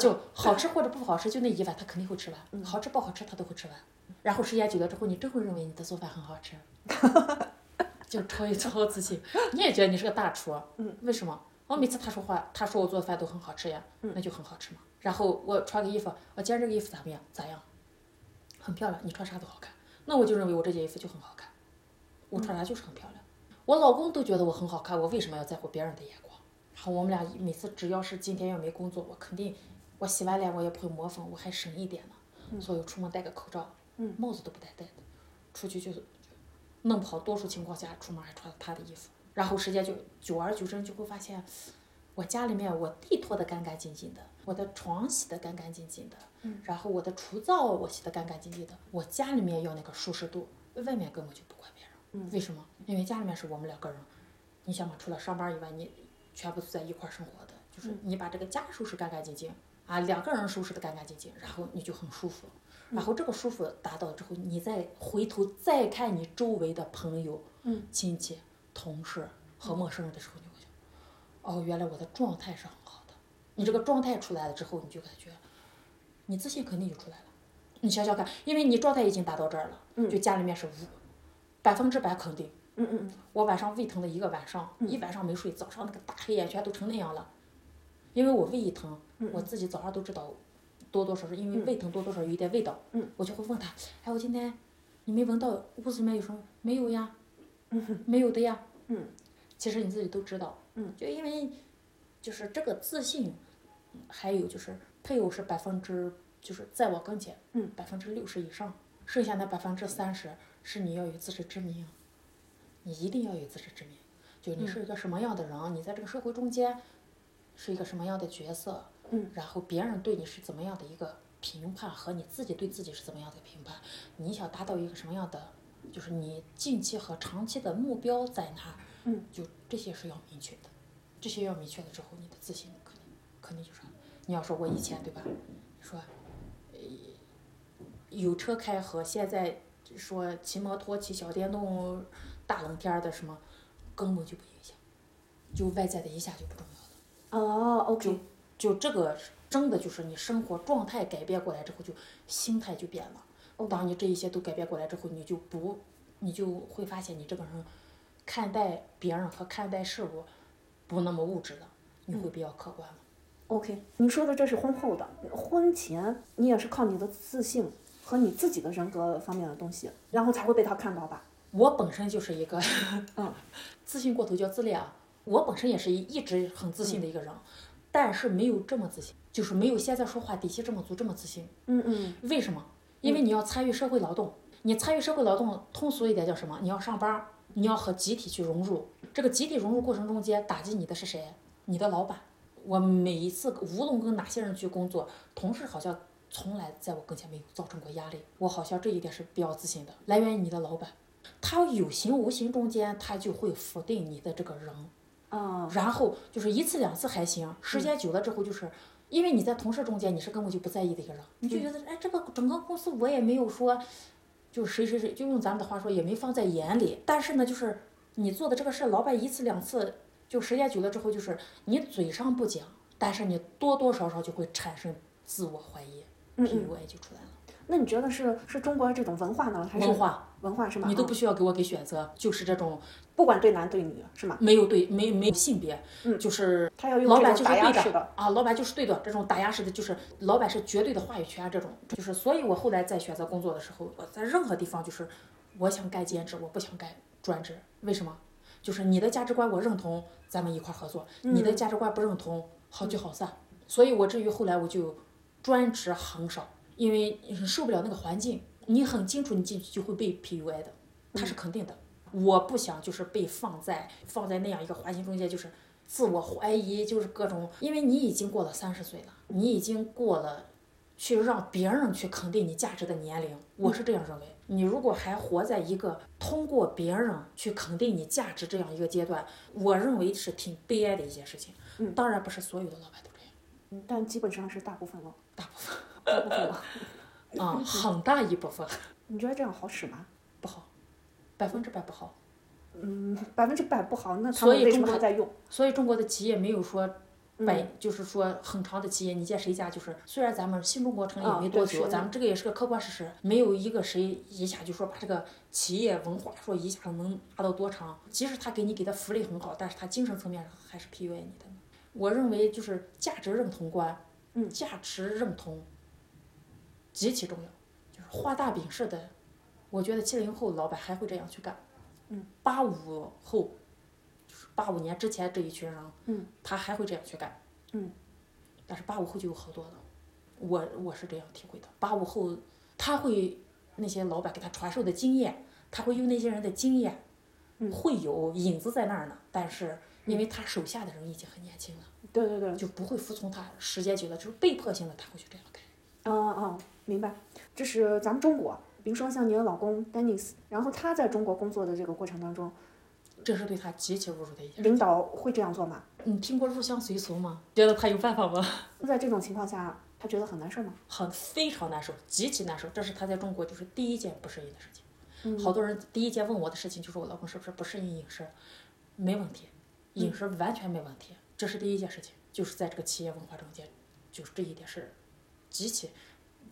就好吃或者不好吃，就那一碗他肯定会吃完，好吃不好吃他都会吃完。然后时间久了之后，你真会认为你的做饭很好吃。就超越超自信。你也觉得你是个大厨，嗯，为什么？我每次他说话，他说我做的饭都很好吃呀，那就很好吃嘛。然后我穿个衣服，我今儿这个衣服咋么样？咋样？很漂亮，你穿啥都好看。那我就认为我这件衣服就很好看，我穿啥就是很漂亮。我老公都觉得我很好看，我为什么要在乎别人的眼光？然后我们俩每次只要是今天要没工作，我肯定我洗完脸我也不会抹粉，我还省一点呢。所以我出门戴个口罩，帽子都不带戴的，出去就是弄不好多数情况下出门还穿他的衣服，然后时间就久而久之就会发现，我家里面我地拖得干干净净的，我的床洗得干干净净的，然后我的厨灶我洗得干干净净的，我家里面要那个舒适度，外面根本就不管别人，为什么？因为家里面是我们两个人，你想嘛，除了上班以外，你全部都在一块儿生活的，就是你把这个家收拾干干净净啊，两个人收拾得干干净净，然后你就很舒服。然后这个舒服达到之后，你再回头再看你周围的朋友、亲戚、同事和陌生人的时候，你会觉得，哦，原来我的状态是很好的，你这个状态出来了之后，你就感觉你自信肯定就出来了。你想想看，因为你状态已经达到这儿了，就家里面是无，百分之百肯定。
嗯嗯
我晚上胃疼了一个晚上，一晚上没睡，早上那个大黑眼圈都成那样了，因为我胃一疼，我自己早上都知道，多多少少因为胃疼多多少少有一点味道，我就会问他，哎，我今天你没闻到屋子里面有什么？没有呀，没有的呀，其实你自己都知道，就因为就是这个自信，还有就是配偶是百分之就是在我跟前，百分之六十以上，剩下那百分之三十是你要有自知之明。你一定要有自知之明，就
嗯
你是一个什么样的人，你在这个社会中间是一个什么样的角色，
嗯，
然后别人对你是怎么样的一个评判和你自己对自己是怎么样的评判，你想达到一个什么样的，就是你近期和长期的目标在哪，
嗯，
就这些是要明确的，这些要明确了之后，你的自信肯定肯定就是，你要说我以前对吧，你说，呃，有车开和现在说骑摩托、骑小电动。大冷天儿的什么，根本就不影响，就外在的一下就不重要了。
哦，OK，
嗯就这个是真的就是你生活状态改变过来之后，就心态就变了。当你这一些都改变过来之后，你就不，你就会发现你这个人看待别人和看待事物不那么物质了，你会比较客观了。
OK，你说的这是婚后的，婚前你也是靠你的自信和你自己的人格方面的东西，然后才会被他看到吧？
我本身就是一个
嗯，
自信过头叫自恋啊。我本身也是一一直很自信的一个人，但是没有这么自信，就是没有现在说话底气这么足，这么自信。
嗯嗯
为什么？因为你要参与社会劳动，你参与社会劳动，通俗一点叫什么？你要上班儿，你要和集体去融入。这个集体融入过程中间，打击你的是谁？你的老板。我每一次无论跟哪些人去工作，同事好像从来在我跟前没有造成过压力。我好像这一点是比较自信的，来源于你的老板，他有形无形中间他就会否定你的这个人。
啊
然后就是一次两次还行，时间久了之后就是，因为你在同事中间你是根本就不在意的一个人，你就觉得哎，这个整个公司我也没有说，就是谁谁谁，就用咱们的话说也没放在眼里。但是呢，就是你做的这个事儿，老板一次两次，就时间久了之后，就是你嘴上不讲，但是你多多少少就会产生自我怀疑，PUA 就出来了。
那你觉得是是中国这种文化呢，还是
文化
文化是吗？
你都
啊
不需要给我给选择，就是这种
不管对男对女是吗？
没有对没没有性别，就是
他要用
老
这
板
种
就是
打压
对
式的
的啊，老板就是对的，这种打压式的就是老板是绝对的话语权，啊这种就是，所以我后来在选择工作的时候，我在任何地方就是，我想干兼职，我不想干专职，为什么？就是你的价值观我认同，咱们一块儿合作；你的价值观不认同，好聚好散。所以我至于后来我就专职很少，因为你受不了那个环境，你很清楚你进去就会被 PUA 的，它是肯定的。我不想就是被放在放在那样一个环境中间，就是自我怀疑，就是各种，因为你已经过了三十岁了，你已经过了去让别人去肯定你价值的年龄，我是这样认为。你如果还活在一个通过别人去肯定你价值这样一个阶段，我认为是挺悲哀的一件事情。当然不是所有的老板都这样。
嗯但基本上是大部分了，嗯大部分，大部分了。
啊、很大一部分
你觉得这样好使吗？
不好，百分之百不好。
嗯，百分之百不好，那他
所
们
以
为什
中
么
国
还在用？嗯
所以中国的企业没有说百，就是说很长的企业，你见谁家就是，虽然咱们新中国成立也
啊
没多
对
久，
是
咱们这个也是个客观事实，没有一个谁一下就说把这个企业文化说一下能达到多长。即使他给你给的福利很好，但是他精神层面上还是 PUA 你的呢。我认为就是价值认同观，嗯，价值认同极其重要，就是画大饼式的。我觉得七零后老板还会这样去干，嗯，八五后八五年之前这一群人，嗯，他还会这样去干，
嗯，
但是八五后就有好多了，我我是这样体会的，八五后他会那些老板给他传授的经验，他会用那些人的经验，会有影子在那儿呢，但是因为他手下的人已经很年轻了，
对对对，
就不会服从他，时间久了就是被迫性的他会去这样干，
啊啊，明白。这是咱们中国，比如说像你的老公 Dennis，然后他在中国工作的这个过程当中，
这是对他极其侮辱的一件。
领导会这样做吗？
你听过入乡随俗吗？觉得他有办法吗？
在这种情况下，他觉得很难受吗？
很非常难受，极其难受。这是他在中国就是第一件不适应的事情。好多人第一件问我的事情就是我老公是不是不适应饮食，没问题，饮食完全没问题，这是第一件事情。就是在这个企业文化中间，就是这一点是极其，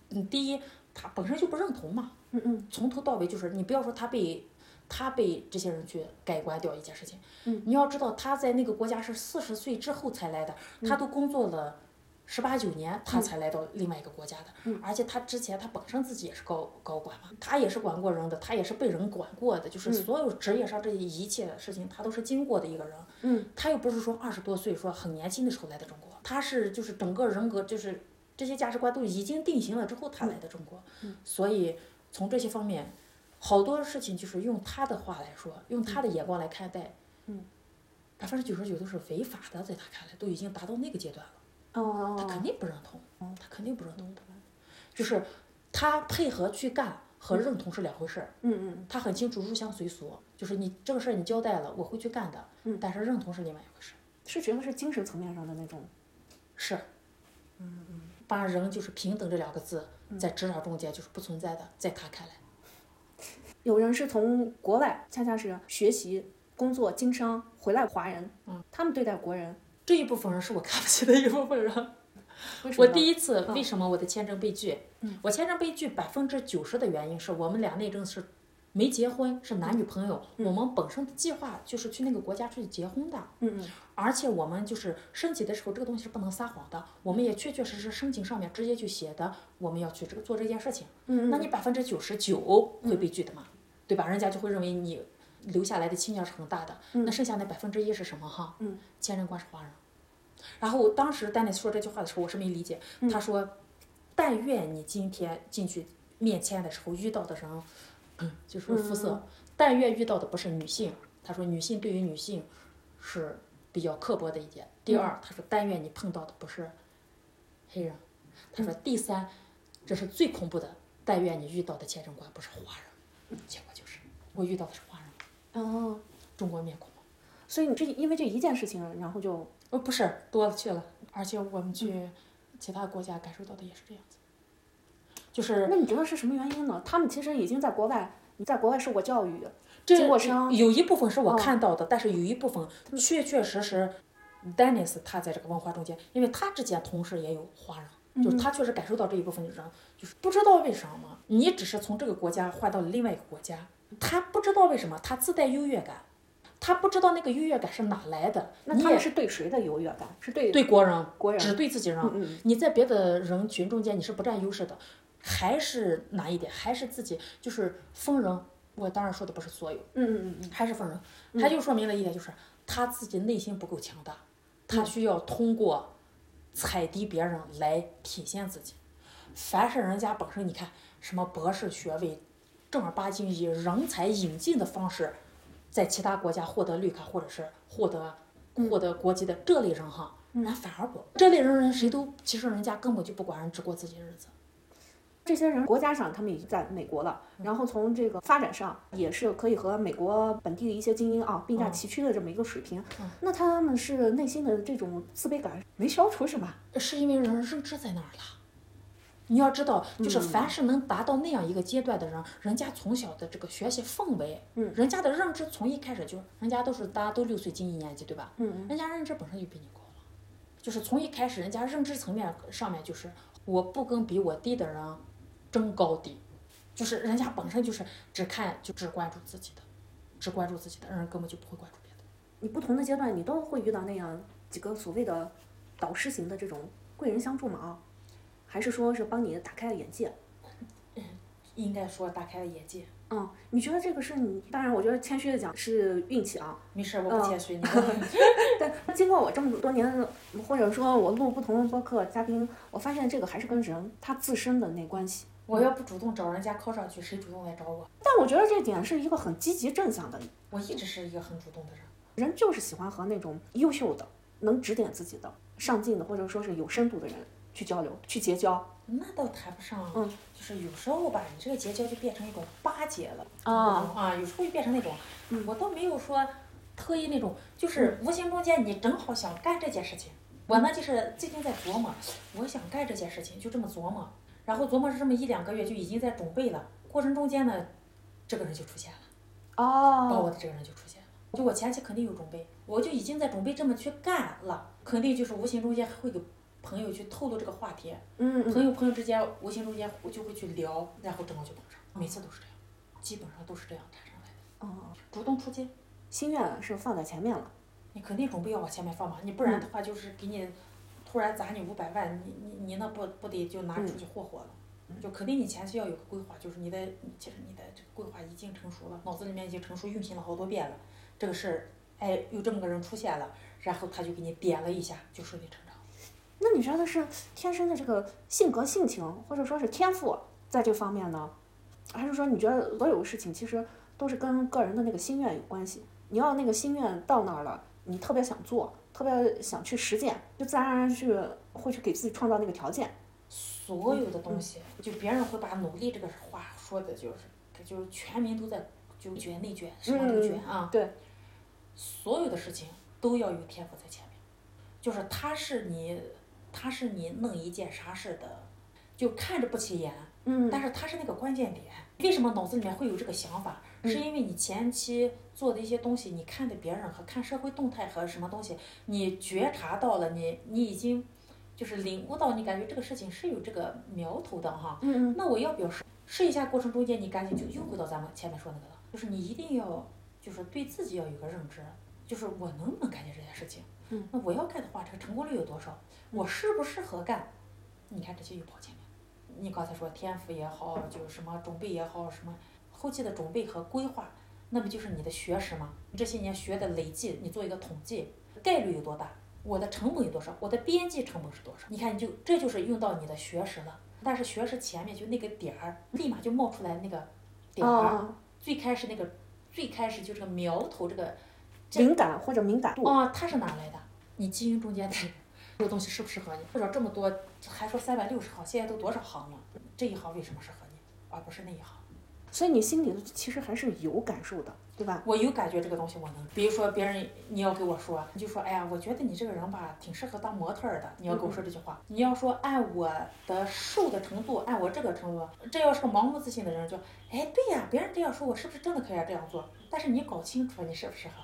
嗯，第一，他本身就不认同嘛，
嗯嗯，
从头到尾就是你不要说他被他被这些人去改观掉一件事情，
嗯，
你要知道他在那个国家是四十岁之后才来的，
嗯
他都工作了十八九年，他才来到另外一个国家的，
嗯
而且他之前他本身自己也是高高管嘛，他也是管过人的，他也是被人管过的，就是
嗯
所有职业上这一切的事情他都是经过的一个人，
嗯，
他又不是说二十多岁说很年轻的时候来的中国，他是就是整个人格就是这些价值观都已经定型了之后
嗯
他来的中国，所以从这些方面，好多事情就是用他的话来说，用他的眼光来看待，
嗯，
百分之九十九都是违法的，在他看来都已经达到那个阶段了，
哦
他
哦
肯定不认同，他肯定不认同的，就是他配合去干和认同是两回事儿，
嗯嗯
他很清楚入乡随俗，就是你这个事儿你交代了，我会去干的，
嗯
但是认同是另外一回事儿。
是觉得是精神层面上的那种，
是，嗯嗯，把人就是平等这两个字在职场中间就是不存在的，在他看来，
有人是从国外恰恰是学习、工作、经商回来华人，嗯，他们对待国人，
这一部分人是我看不起的一部分人。嗯
为什
我
么
第一次为什么我的签证被拒？我签证被拒百分之九十的原因是我们俩那阵是没结婚，是男女朋友，我们本身的计划就是去那个国家去结婚的。
嗯嗯
而且我们就是申请的时候，这个东西是不能撒谎的。我们也确确实实申请上面直接就写的，我们要去这个做这件事情。
嗯
那你百分之九十九会被拒的嘛，对吧？人家就会认为你留下来的倾向是很大的。那剩下那百分之一是什么哈？
嗯，
签证官是华人。然后当时丹尼斯说这句话的时候，我是没理解。他说：“但愿你今天进去面签的时候遇到的人，嗯，就是肤色，但愿遇到的不是女性。”他说：“女性对于女性是比较刻薄的一点。”第二，他说：“但愿你碰到的不是黑人。”他说：“第三，这是最恐怖的，但愿你遇到的签证官不是华人。”嗯结果就是我遇到的是华人，
哦，
中国面孔。
所以你这因为这一件事情，然后就
哦，不是多了去了，而且我们去其他国家感受到的也是这样子，就是
那你觉得是什么原因呢？他们其实已经在国外，你在国外受过教育，
这
经过嗯商
有一部分是我看到的，但是有一部分确确实实，Dennis 他在这个文化中间，因为他之前同事也有华
嗯
人，就是他确实感受到这一部分人，就是不知道为什么，你只是从这个国家换到了另外一个国家，他不知道为什么，他自带优越感，他不知道那个优越感是哪来的，
那
你
他
也
们是对谁的优越感？是对
对国人，
国人嗯
只对自己人。你在别的人群中间你是不占优势的，还是哪一点？还是自己就是分人。我当然说的不是所有，
嗯嗯嗯
还是分人。他就说明了一点，就是他自己内心不够强大，
嗯
他需要通过踩低别人来体现自己。凡是人家本身，你看什么博士学位，正儿八经以人才引进的方式，在其他国家获得绿卡或者是获得
嗯
获得国籍的这类人哈，人反而不，这类人人谁都其实人家根本就不管人，只过自己日子。
这些人国家上他们已经在美国了，然后从这个发展上也是可以和美国本地的一些精英啊并驾齐驱的这么一个水平。那他们是内心的这种自卑感没消除是吧？
是因为人认知在那儿了。你要知道，
嗯
就是凡是能达到那样一个阶段的人，人家从小的这个学习氛围，
嗯
人家的认知从一开始就，人家都是大家都六岁进一年级，对吧？
嗯嗯
人家认知本身就比你高了，就是从一开始，人家认知层面上面就是，我不跟比我低的人争高低，就是人家本身就是只看就只关注自己的，只关注自己的，人根本就不会关注别的。
你不同的阶段你都会遇到那样几个所谓的导师型的这种贵人相助嘛啊，还是说是帮你打开了眼界？
应该说大开了眼界。
嗯，你觉得这个是你？当然，我觉得谦虚的讲是运气啊，
没事，我不谦虚，你问。
但经过我这么多年，或者说我录不同的播客嘉宾，我发现这个还是跟人他自身的那关系。
我要不主动找人家靠上去，谁主动来找我？
但我觉得这点是一个很积极正向的，
我一直是一个很主动的人。
人就是喜欢和那种优秀的、能指点自己的、上进的，或者说是有深度的人去交流、去结交。
那倒谈不上，
嗯，
就是有时候吧，你这个结交就变成一种巴结了
啊
啊，有时候就变成那种，我倒没有说特意那种，就是无形中间你正好想干这件事情，我呢就是最近在琢磨，我想干这件事情，就这么琢磨，然后琢磨是这么一两个月就已经在准备了，过程中间呢，这个人就出现了，把
哦，
我的这个人就出现了，就我前期肯定有准备，我就已经在准备这么去干了，肯定就是无形中间会给朋友去透露这个话题，
嗯嗯
朋友朋友之间无形中间我就会去聊，然后正好就碰上，每次都是这样，基本上都是这样产生来的，
哦，
主动出击，
心愿是放在前面了，
你肯定准备要往前面放嘛，你不然的话就是给你突然砸你五百万，你你你那不不得就拿出去霍霍了。就肯定你前期要有个规划，就是你的，你其实你的这个规划已经成熟了，脑子里面已经成熟运行了好多遍了。这个事儿，哎，有这么个人出现了，然后他就给你点了一下，就顺理成章。
那你说的是天生的这个性格、性情，或者说是天赋在这方面呢，还是说你觉得所有事情其实都是跟个人的那个心愿有关系？你要那个心愿到那儿了，你特别想做，特别想去实践，就自然而然去会去给自己创造那个条件。
所有的东西，就别人会把努力这个话说的，就是就是全民都在就卷内卷，什么都卷啊。
对，
所有的事情都要有天赋在前面，就是他是你，他是你弄一件啥事的，就看着不起眼，
嗯
但是它是那个关键点。为什么脑子里面会有这个想法？
嗯
是因为你前期做的一些东西，你看的别人和看社会动态和什么东西，你觉察到了，你你已经就是领悟到，你感觉这个事情是有这个苗头的哈。
嗯
那我要不要试？试一下过程中间，你赶紧就又回到咱们前面说那个了，就是你一定要就是对自己要有个认知，就是我能不能干这件事情？
嗯，
那我要干的话，这个成功率有多少？我适不适合干？你看这些又跑前面。你刚才说天赋也好，就是什么准备也好，什么后期的准备和规划，那不就是你的学识吗？你这些年学的累计，你做一个统计，概率有多大？我的成本有多少？我的边际成本是多少？你看，你就这就是用到你的学识了。但是学识前面就那个点儿，立马就冒出来那个点
嗯，
儿，
啊，
最开始那个最开始就这个苗头，这个这
灵感或者敏感度，
哦，它是哪来的？你基因中间的这个东西适不适合你？或者这么多，还说三百六十行，现在都多少行了？这一行为什么适合你，而不是那一行？
所以你心里其实还是有感受的，对吧？
我有感觉这个东西我能，比如说别人你要给我说，你就说哎呀，我觉得你这个人吧，挺适合当模特儿的。你要跟我说这句话，你要说按我的瘦的程度，按我这个程度，这要是个盲目自信的人就，哎对呀，别人这样说我是不是真的可以这样做？但是你搞清楚你适不适合。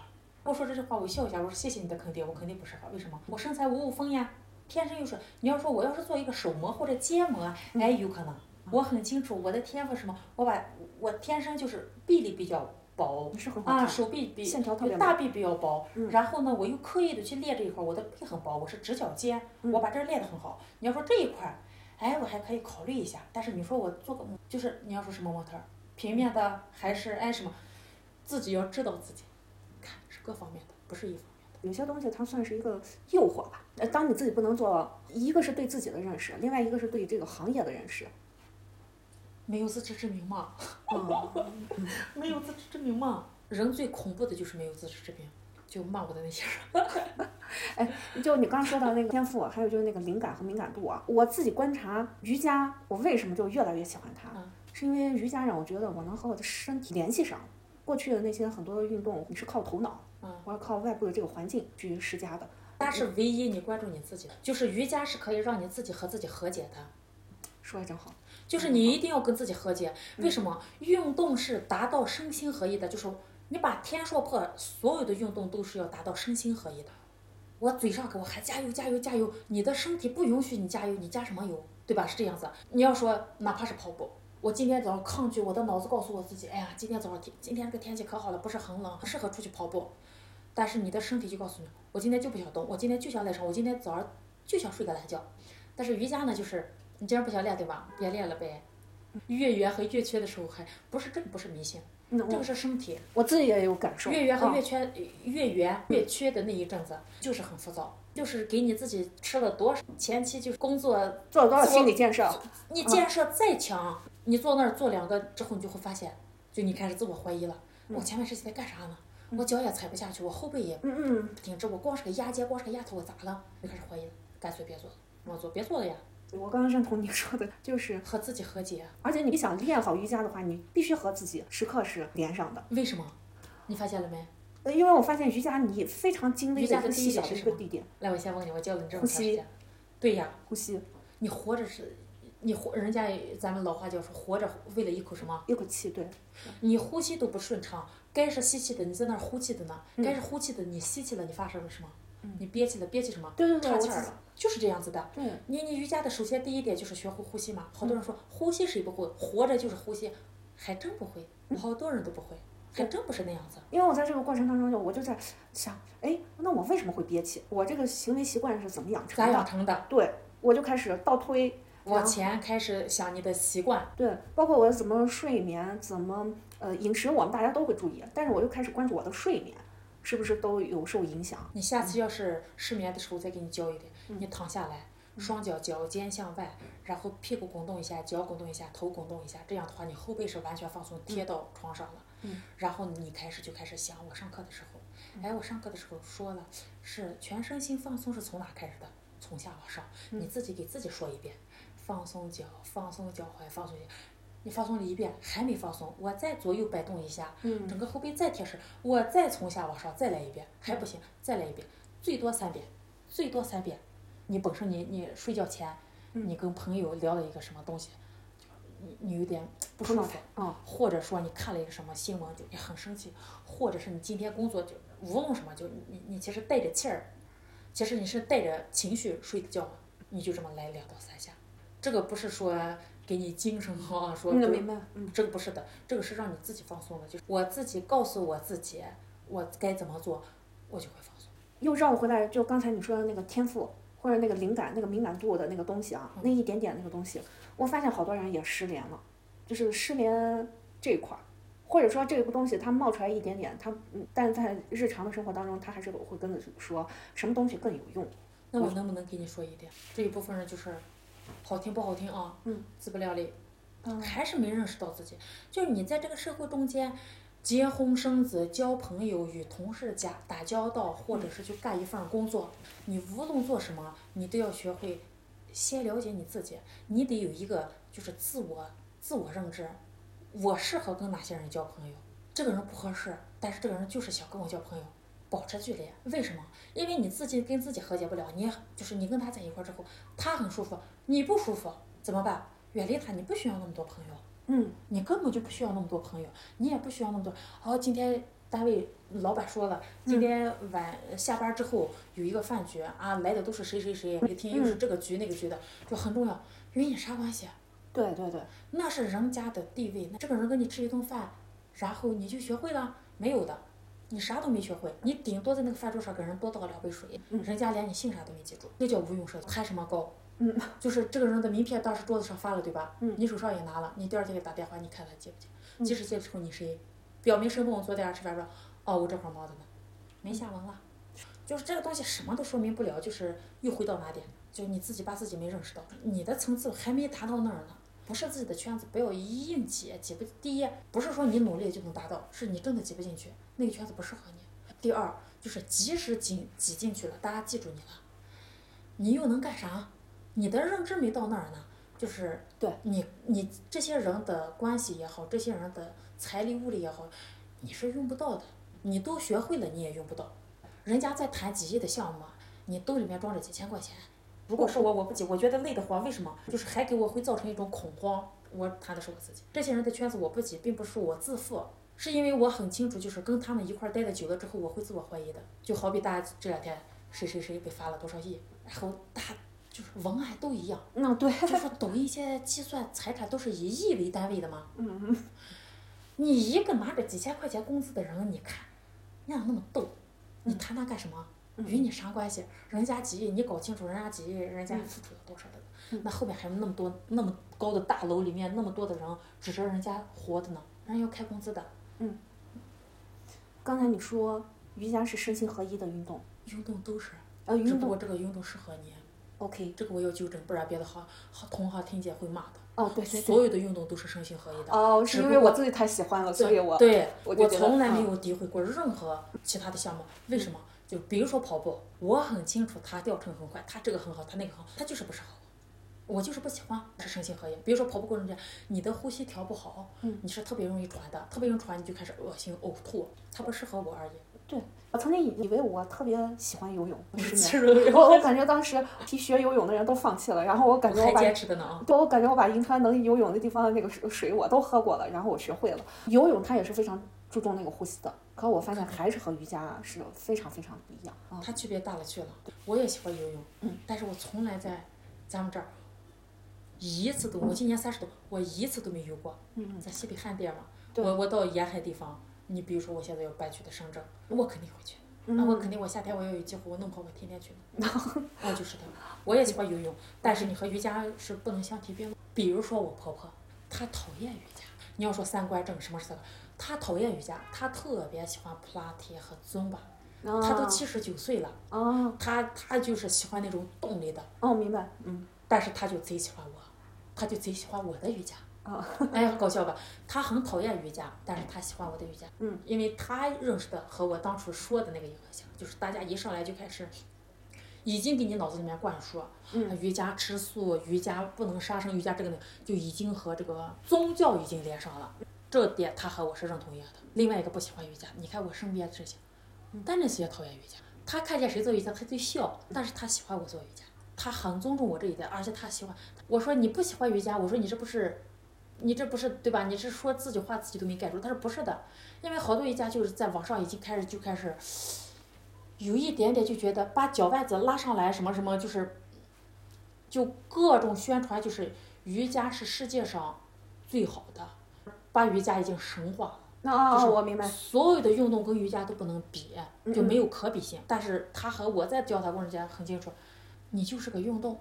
我说这句话，我笑一下，我说谢谢你的肯定，我肯定不适合，为什么？我身材五五风呀，天生又是。你要说我要是做一个手模或者肩模，哎，有可能。我很清楚我的天赋是什么，我把我天生就是臂力比较薄，
你是很好
啊，
看，
手臂比
线条特别
大臂比较薄，
嗯
然后呢，我又刻意的去练这一块儿，我的臂很薄，我是直角肩，
嗯
我把这儿练得很好。你要说这一块儿，哎，我还可以考虑一下。但是你说我做个，就是你要说什么模特儿，平面的还是哎什么，自己要知道自己，看是各方面的，不是一方面的。
有些东西它算是一个诱惑吧。呃，当你自己不能做，一个是对自己的认识，另外一个是对这个行业的认识。
没有自知之明嘛，
嗯，
没有自知之明嘛。人最恐怖的就是没有自知之明，就骂我的那些人。
就你刚刚说到那个天赋，还有就是那个灵感和敏感度啊，我自己观察瑜伽，我为什么就越来越喜欢它
嗯？
是因为瑜伽让我觉得我能和我的身体联系上。过去的那些很多运动，你是靠头脑，
嗯
我要靠外部的这个环境去施加的。
它是唯一你关注你自己的，就是瑜伽是可以让你自己和自己和解的。
说的真好，
就是你一定要跟自己和解。为什么？运动是达到身心合一的，就是你把天说破，所有的运动都是要达到身心合一的。我嘴上给我喊加油加油加油，你的身体不允许你加油，你加什么油？对吧？是这样子。你要说哪怕是跑步。我今天早上抗拒，我的脑子告诉我自己，哎呀，今天早上天，今天这个天气可好了，不是很冷，适合出去跑步。但是你的身体就告诉你，我今天就不想动，我今天就想赖床，我今天早上就想睡个懒觉。但是瑜伽呢，就是你既然不想练，对吧？别练了呗。月圆和月缺的时候还不是这个不是迷信，
那
这
我
个是身体。
我自己也有感受。
月圆和
啊
月缺、月圆月缺的那一阵子就是很浮躁，就是给你自己吃了多少前期就是工作，
做了多少
自我
心理建设？
你建设再强，你坐那儿坐两个之后，你就会发现，就你开始自我怀疑了。我前面事情在干啥呢？我脚也踩不下去，我后背也
嗯嗯。
不挺直，我光是个压肩，光是个丫头，我咋了？就开始怀疑了，干脆别做了，我做别做了呀，
嗯我刚刚认同你说的，就是，
和自己和解。啊
而且你想练好瑜伽的话，你必须和自己时刻是连上的。
为什么？你发现了没？
呃因为我发现瑜伽你非常精微
瑜
的
伽
一
的
个
第一
细小
点
的
是
一
什
个
么
地点，
来，我先问你，我教了你这么
呼
长时
吸
间，对呀，
呼吸，
你活着是，你活，人家咱们老话叫说，活着为了一口什么？
一口气，对，
你呼吸都不顺畅，该是吸气的，你在那儿呼气的呢；该是呼气的，你吸气了，你发生了什么？你憋气了，憋气什么？
对对对
岔
我
气
记
儿
得
了，就是这样子的。
对，
你你瑜伽的首先第一点就是学会呼吸嘛。好多人说呼吸谁不会，活着就是呼吸，还真不会，好多人都不会，还真不是那样子。
因为我在这个过程当中就我就在想，哎，那我为什么会憋气？我这个行为习惯是怎么养成
咋养
的？
成的？
对，我就开始倒推，
往前开始想你的习惯，
对，包括我怎么睡眠，怎么呃饮食，我们大家都会注意，但是我又开始关注我的睡眠是不是都有受影响。
你下次要是失眠的时候再给你教一点，你躺下来，双脚脚尖向外，然后屁股滚动一下，脚滚动一下，头滚动一下，这样的话你后背是完全放松，贴到床上了。然后你开始就开始想，我上课的时候，哎，我上课的时候说了，是全身心放松是从哪开始的？从下往上，你自己给自己说一遍，放松脚，放松脚踝，放松脚。你放松了一遍，还没放松，我再左右摆动一下，整个后背再贴实，我再从下往上再来一遍，还不行，再来一遍，最多三遍，最多三遍。你本身你你睡觉前，你跟朋友聊了一个什么东西，你你有点不舒
头脑
服，
哦
或者说你看了一个什么新闻就你很生气，或者是你今天工作就无论什么就你你你其实带着气儿，其实你是带着情绪睡的觉嘛，你就这么来两到三下，这个不是说给你精神啊，说
嗯，
就
明白，嗯，
这个不是的，这个是让你自己放松的，就是我自己告诉我自己我该怎么做，我就会放松。
又绕回来，就刚才你说的那个天赋或者那个灵感、那个敏感度的那个东西啊，
嗯
那一点点那个东西，我发现好多人也失联了，就是失联这一块儿，或者说这个东西它冒出来一点点，它嗯，但是在日常的生活当中，它还是会跟着说什么东西更有用。
那我能不能给你说一点？这一部分人就是，好听不好听啊，
嗯，
自不量力，还是没认识到自己。就是你在这个社会中间，结婚生子、交朋友、与同事打打交道，或者是去干一份工作，你无论做什么，你都要学会先了解你自己，你得有一个就是自我自我认知，我适合跟哪些人交朋友，这个人不合适，但是这个人就是想跟我交朋友，保持距离。为什么？因为你自己跟自己和解不了，你也就是你跟他在一块儿之后，他很舒服，你不舒服怎么办？远离他，你不需要那么多朋友，
嗯，
你根本就不需要那么多朋友，你也不需要那么多。好，今天单位老板说了，今天晚下班之后有一个饭局啊，来的都是谁谁谁，一听又是这个局那个局的，就很重要，与你啥关系？啊
对对对，
那是人家的地位，那这个人跟你吃一顿饭，然后你就学会了没有的，你啥都没学会，你顶多在那个饭桌上给人多倒两杯水，人家连你姓啥都没记住，那叫无用社交，开什么高？
嗯，
就是这个人的名片当时桌子上发了，对吧？嗯，你手上也拿了，你第二天给打电话，你看他接不接？即使接之后，你谁表明身份？我昨天晚上吃饭说，哦，我这会儿忙着呢，没下文了。就是这个东西什么都说明不了，就是又回到哪点，就你自己把自己没认识到，你的层次还没达到那儿呢。不是自己的圈子，不要一硬挤，挤不第一不是说你努力就能达到，是你真的挤不进去，那个圈子不适合你。第二就是即使挤挤进去了，大家记住你了，你又能干啥？你的认知没到那儿呢，就是
对
你你这些人的关系也好，这些人的财力物力也好，你是用不到的，你都学会了你也用不到。人家在谈几亿的项目啊，你兜里面装着几千块钱。如果是我，我不挤，我觉得累得慌。为什么？就是还给我会造成一种恐慌。我谈的是我自己，这些人的圈子我不挤，并不是我自负，是因为我很清楚，就是跟他们一块儿待的久了之后，我会自我怀疑的。就好比大家这两天谁谁谁被罚了多少亿，然后大家就是文案都一样，
那对，
就说抖音现在计算财产都是以亿为单位的吗？嗯。你一个拿着几千块钱工资的人，你看，你咋那么逗？
嗯
你谈他干什么？与你啥关系？人家几亿，你搞清楚人家几亿，人
嗯
家付出了多少的？那后面还有那么多那么高的大楼里面那么多的人指着人家活的呢，人家要开工资的，
刚才你说瑜伽是身心合一的运动，
运动都是，
呃，
只
运
不
动
过这个运动适合你，
OK，
这个我要纠正，不然别的行行同行听见会骂的。
哦对对对，
所有的运动都是身心合一的。
哦，
只
是
不
因为
过
我自己太喜欢了，所以我
对
我就
我
觉得嗯啊
从来没有诋毁过任何其他的项目。为什么？就比如说跑步，我很清楚他掉秤很快，他这个很好，他那个很好，他就是不适合我，我就是不喜欢是身心合一。比如说跑步过程中间，你的呼吸调不好，
嗯
你是特别容易喘的，特别容易喘你就开始恶心呕吐，它不适合我而已。
对，我曾经以以为我特别喜欢游泳，是 吗
我
我我感觉当时提学游泳的人都放弃了，然后我感觉我
还
把
坚持的呢啊！
对，我感觉我把银川能游泳的地方的那个水水我都喝过了，然后我学会了游泳，它也是非常注重那个呼吸的。可我发现还是和瑜伽是非常非常不一样啊。
它区别大了去了。我也喜欢游泳，嗯，但是我从来在咱们这儿一次都，我今年三十多，我一次都没游过。
嗯，
在西北旱地嘛，
对
我我到沿海地方，你比如说我现在要搬去的深圳，我肯定会去。啊
嗯
那我肯定，我夏天我要有机会，我弄跑，我天天去 的。那就是的，我也喜欢游泳，但是你和瑜伽是不能相提并论。比如说我婆婆，她讨厌瑜伽。你要说三观正，什么是三观？她讨厌瑜伽，她特别喜欢普拉提和尊巴。她都七十九岁了，
啊
她她就是喜欢那种动力的，
哦，明白，嗯
但是她就贼喜欢我，她就贼喜欢我的瑜伽。
啊，
哎，很搞笑吧？他很讨厌瑜伽，但是他喜欢我的瑜伽，
嗯，
因为他认识的和我当初说的那个也很像，就是大家一上来就开始，已经给你脑子里面灌输，
嗯，
瑜伽吃素，瑜伽不能杀生，瑜伽这个呢，就已经和这个宗教已经连上了，这点他和我是认同一样的。另外一个不喜欢瑜伽，你看我身边这些，
嗯
丹尼斯也讨厌瑜伽，他看见谁做瑜伽他就笑，但是他喜欢我做瑜伽，他很尊重我这一点，而且他喜欢。我说你不喜欢瑜伽，我说你这不是你这不是对吧？你是说自己话自己都没盖住，但是不是的，因为好多瑜伽就是在网上已经开始就开始，有一点点就觉得把脚腕子拉上来什么什么，就是，就各种宣传就是瑜伽是世界上最好的，把瑜伽已经神化了。
那啊、
就是
我明白，
所有的运动跟瑜伽都不能比，
嗯
就没有可比性。但是他和我在教他过程中很清楚，你就是个运动。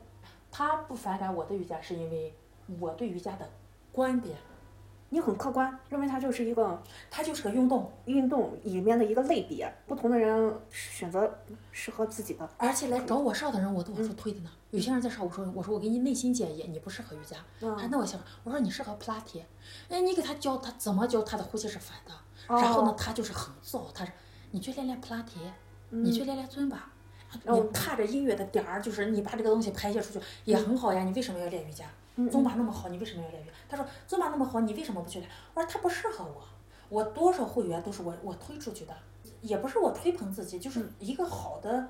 他不反感我的瑜伽，是因为我对瑜伽的观点，
你很客观，认为它就是一个
它就是个运动，
运动里面的一个类别，不同的人选择适合自己的。啊
而且来找我上的人，我都往出推的呢。有些人在上，我说我说我给你内心建议，你不适合瑜伽。啊，那我想，我说你适合普拉提，哎，你给他教他怎么教他的呼吸是反的，
哦
然后呢，他就是很燥，他说你去练练普拉提，你去练练尊吧。
然后
你踏着音乐的点儿，就是你把这个东西排泄出去也很好呀。你为什么要练瑜伽？
嗯
尊巴那么好，你为什么要练瑜伽？他说尊巴那么好，你为什么不去练？我说他不适合我，我多少会员都是我我推出去的，也不是我吹捧自己，就是
嗯
一个好的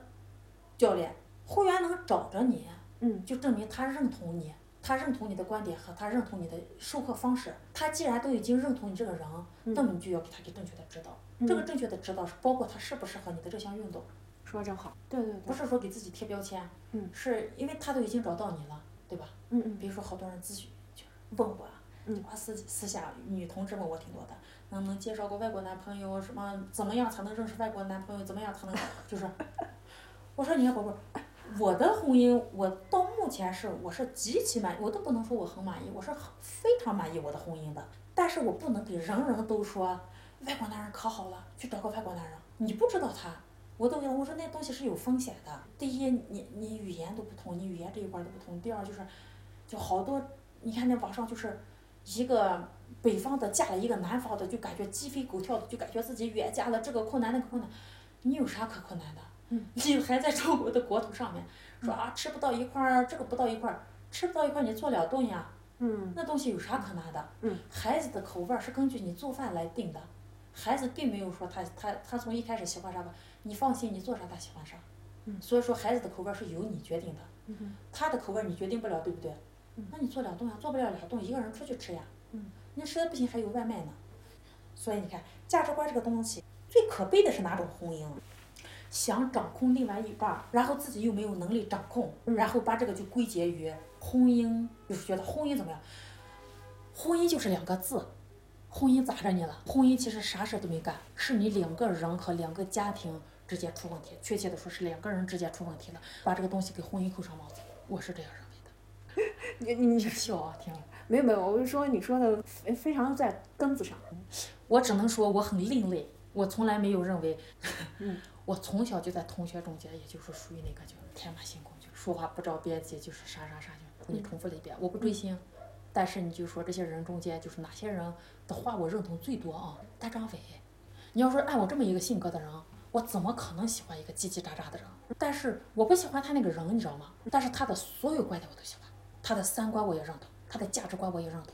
教练，会员能找着你，
嗯，
就证明他认同你，他认同你的观点和他认同你的授课方式。他既然都已经认同你这个人，
嗯
那么你就要给他给正确的指导。这个正确的指导是包括他适不适合你的这项运动，
说的真好，对对
不，是说给自己贴标签，
嗯
是因为他都已经找到你了，对吧？
嗯嗯
比如说好多人咨询就是问我，
嗯
对吧？私私下女同志问我挺多的，能不能介绍个外国男朋友？什么怎么样才能认识外国男朋友？怎么样才能就是？我说你看宝贝儿，哎我的婚姻我到目前是我是极其满意，我都不能说我很满意，我是很非常满意我的婚姻的。但是我不能给人人都说外国男人可好了，去找个外国男人，你不知道他。我都给他我说那东西是有风险的。第一，你你语言都不同，你语言这一块儿都不同。第二就是就好多，你看那网上就是一个北方的嫁了一个南方的，就感觉鸡飞狗跳的，就感觉自己远嫁了这个困难那个困难，你有啥可困难的？
嗯，
你还在中国的国土上面说啊，吃不到一块儿，这个不到一块儿，吃不到一块儿，你做两顿呀，
嗯
那东西有啥可拿的？
嗯，
孩子的口味儿是根据你做饭来定的，孩子并没有说他他他从一开始喜欢啥吧，你放心，你做啥他喜欢啥。
嗯
所以说孩子的口味儿是由你决定的，
嗯哼
他的口味儿你决定不了，对不对？
嗯
那你做两顿呀，做不了两顿，一个人出去吃呀。
嗯，
你实在不行还有外卖呢。所以你看，价值观这个东西最可悲的是哪种婚姻啊？想掌控另外一半儿，然后自己又没有能力掌控，然后把这个就归结于婚姻，就是觉得婚姻怎么样？婚姻就是两个字，婚姻砸着你了。婚姻其实啥事都没干，是你两个人和两个家庭之间出问题，确切的说是两个人之间出问题了，把这个东西给婚姻扣上帽子，我是这样认为的。
你你
别笑啊，天啊！
没有没有，我是说你说的非非常在根子上，
我只能说我很另类，我从来没有认为，
嗯，
我从小就在同学中间，也就是属于那个就是天马行空，就是说话不着边际，就是啥啥啥就你重复了一遍，我不追星，但是你就说这些人中间就是哪些人的话我认同最多啊？大张伟，你要说按我这么一个性格的人。我怎么可能喜欢一个叽叽喳喳的人？但是我不喜欢他那个人，你知道吗？但是他的所有观点我都喜欢，他的三观我也认同，他的价值观我也认同。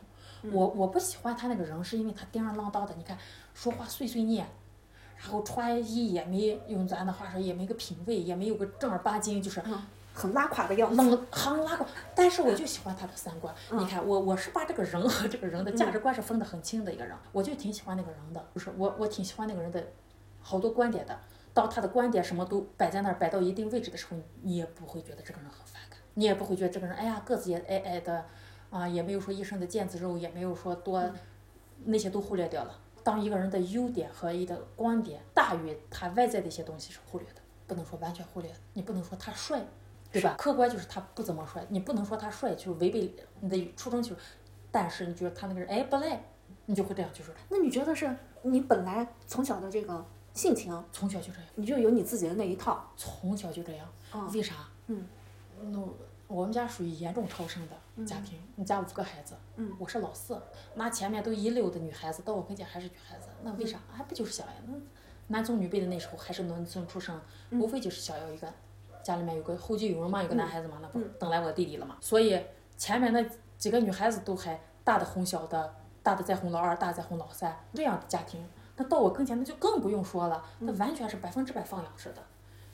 我我不喜欢他那个人，是因为他叮儿啷当的，你看说话碎碎念，然后穿衣也没用咱的话说也没个品味，也没有个正儿八经，就是
嗯很拉垮的样子。
冷行拉过，但是我就喜欢他的三观。你看，我我是把这个人和这个人的价值观是分得很清的一个人，我就挺喜欢那个人的，不是我我挺喜欢那个人的好多观点的。当他的观点什么都摆在那儿，摆到一定位置的时候，你也不会觉得这个人很反感，你也不会觉得这个人哎呀个子也矮矮的，啊也没有说一身的腱子肉，也没有说多，那些都忽略掉了。当一个人的优点和一的观点大于他外在的一些东西是忽略的，不能说完全忽略，你不能说他帅，对吧？客观就是他不怎么帅，你不能说他帅就是违背你的初衷，就是，但是你觉得他那个人哎不赖，你就会这样去说他，
那你觉得是你本来从小的这个性情，
从小就这样，
你就有你自己的那一套？
从小就这样，
嗯
为啥？
嗯，
那我们家属于严重超生的家庭，我们家五个孩子，
嗯
我是老四，那前面都一溜的女孩子，到我跟前还是女孩子，那为啥？还不就是想呀？那男尊女卑的那时候还是农村出生，无非就是想要一个家里面有个后继有人嘛，有个男孩子嘛，那不等来我弟弟了嘛。所以前面那几个女孩子都还大的哄小的，大的在哄老二，大的在哄老三，这样的家庭，那到我跟前那就更不用说了，那完全是百分之百放养式的。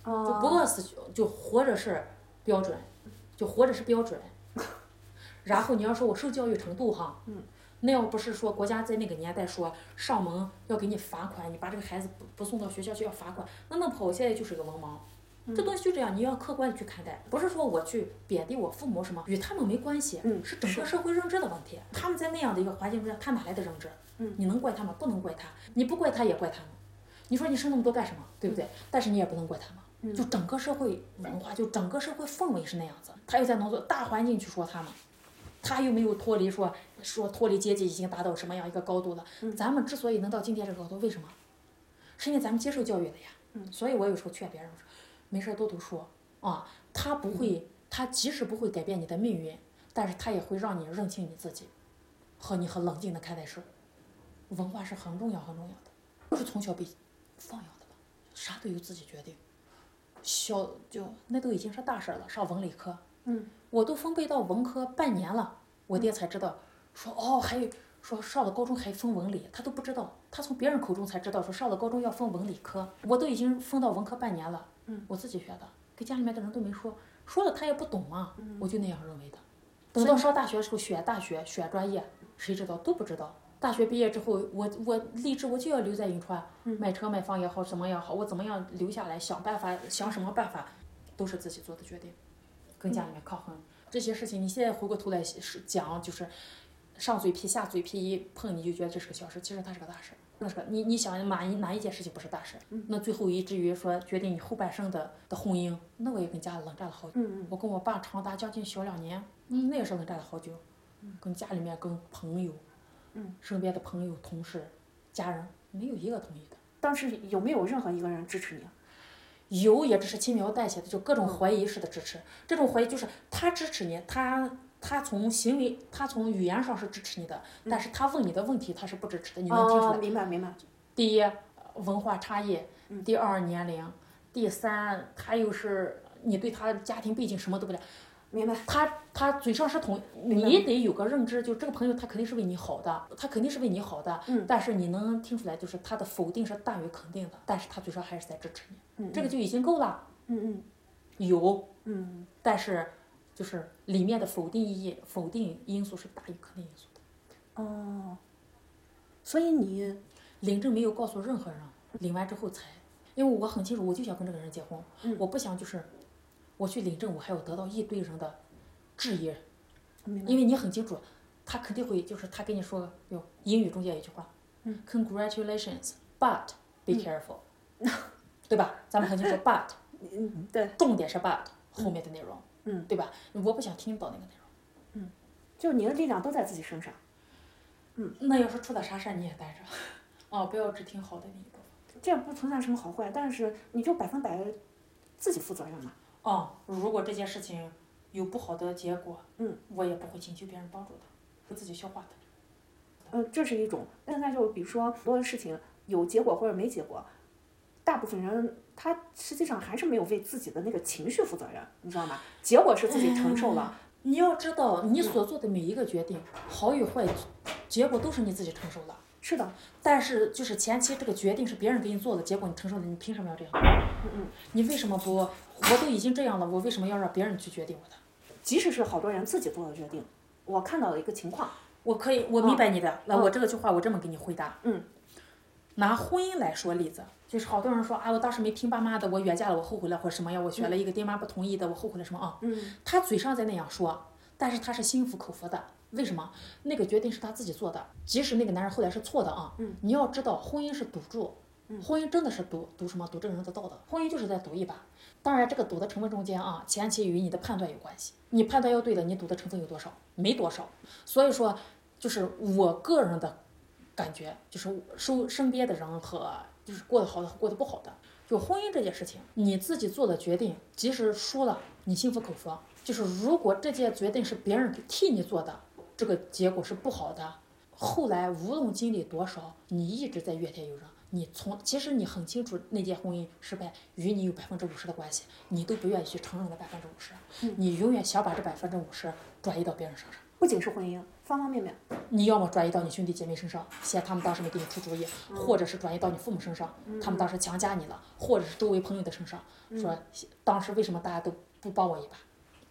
哦
就不饿死就就活着是标准，就活着是标准。 然后你要说我受教育程度哈，嗯，那要不是说国家在那个年代说上门要给你罚款，你把这个孩子不不送到学校就要罚款，那弄不好我现在就是个文盲。
嗯
这东西就这样，你要客观的去看待，不是说我去贬低我父母什么，与他们没关系，
嗯
是整个社会认知的问题。他们在那样的一个环境之下，他哪来的认知？
嗯
你能怪他们，不能怪他，你不怪他也怪他们。你说你生那么多干什么，对
嗯
不对？但是你也不能怪他们。就整个社会文化，就整个社会氛围是那样子，他又在农村大环境去说他们，他又没有脱离说说脱离阶级已经达到什么样一个高度了。咱们之所以能到今天这个高度，为什么？是因为咱们接受教育的呀。所以我有时候劝别人我说，没事儿多读书啊，他不会，他即使不会改变你的命运，但是他也会让你认清你自己，和你很冷静的看待事物。文化是很重要很重要的，就是从小被放养的吧，啥都由自己决定。小就那都已经是大事儿了，上文理科，
嗯，
我都分配到文科半年了，我爹才知道，说哦，还有说上了高中还分文理，他都不知道，他从别人口中才知道说上了高中要分文理科，我都已经分到文科半年了，嗯，我自己学的，跟家里面的人都没说，说了他也不懂啊，我就那样认为的。等到上大学的时候选大学选专业，谁知道都不知道。大学毕业之后，我我立志我就要留在银川，买车买房也好，怎么样好，我怎么样留下来，想办法想什么办法，都是自己做的决定，跟家里面抗衡、这些事情。你现在回过头来是讲，就是上嘴皮下嘴皮一碰，你就觉得这是个小事，其实它是个大事。那是个你你想哪一哪一件事情不是大事？那最后以至于说决定你后半生的的婚姻，那我也跟家冷战了好久。我跟我爸长达将近小两年，嗯，那个时候冷战了好久，跟家里面跟朋友，嗯，身边的朋友、同事、家人，没有一个同意的。
当时有没有任何一个人支持你？
有也只是轻描淡写的，就各种怀疑式的支持。这种怀疑就是他支持你，他他从行为，他从语言上是支持你的，但是他问你的问题他是不支持的，你能听出
哦，。
来
明白明白。
第一，呃文化差异；第二，年龄；第三，他又是你对他的家庭背景什么都不了解。
明白。
他他嘴上是同，你得有个认知，就这个朋友他肯定是为你好的，他肯定是为你好的。嗯。但是你能听出来，就是他的否定是大于肯定的，但是他嘴上还是在支持你，这个就已经够了。
嗯
有，
嗯嗯，
但是就是里面的否定意义、否定因素是大于肯定因素的。
哦，所以你
领证没有告诉任何人，领完之后才，因为我很清楚，我就想跟这个人结婚，我不想就是我去领证，我还要得到一堆人的质疑，
明
因为你很清楚，他肯定会就是他跟你说，有英语中间有一句话，嗯，Congratulations，but 嗯 be careful，、对吧？咱们很 清楚，but
嗯对，
重点是 but 后面的内容，
嗯，
对吧？我不想听到那个内容。
就是你的力量都在自己身上。
那要是出点啥事儿你也带着，哦，不要只听好的那一部分。
这样不存在什么好坏，但是你就百分百自己负责任嘛。
哦，如果这件事情有不好的结果，
嗯，
我也不会请求别人帮助的，我自己消化的。
呃，这是一种。现在就比如说很多事情有结果或者没结果，大部分人他实际上还是没有为自己的那个情绪负责任，你知道吗？结果是自己承受
嗯
了，
你要知道，你所做的每一个决定，好与坏，结果都是你自己承受的。
是的，
但是就是前期这个决定是别人给你做的，结果你承受的，你凭什么要这样？
嗯嗯，
你为什么不？我都已经这样了，我为什么要让别人去决定我的？
即使是好多人自己做的决定，我看到的一个情况，
我可以，我明白你的。来，我这个句话我这么给你回答。
嗯，
拿婚姻来说例子，就是好多人说啊，我当时没听爸妈的，我远嫁了，我后悔了，或者什么呀，我选了一个爹妈不同意的，我后悔了什么啊？
嗯，
他嘴上在那样说，但是他是心服口服的。为什么？那个决定是他自己做的，即使那个男人后来是错的啊。
嗯，
你要知道，婚姻是赌注，
嗯
婚姻真的是赌赌什么？赌这个人的道德，婚姻就是在赌一把。当然，这个赌的成分中间啊，前期与你的判断有关系。你判断要对了，你赌的成分有多少？没多少。所以说，就是我个人的感觉，就是收身边的人和就是过得好的和过得不好的，就婚姻这件事情，你自己做的决定，即使输了，你心服口服。就是如果这件决定是别人替你做的，这个结果是不好的。后来无论经历多少，你一直在怨天尤人。你从其实你很清楚那件婚姻失败与你有百分之五十的关系，你都不愿意去承认那百分之五十，你永远想把这百分之五十转移到别人身上。
不仅是婚姻，方方面面，
你要么转移到你兄弟姐妹身上，嫌他们当时没给你出主意，或者是转移到你父母身上，他们当时强加你了，或者是周围朋友的身上，说当时为什么大家都不帮我一把，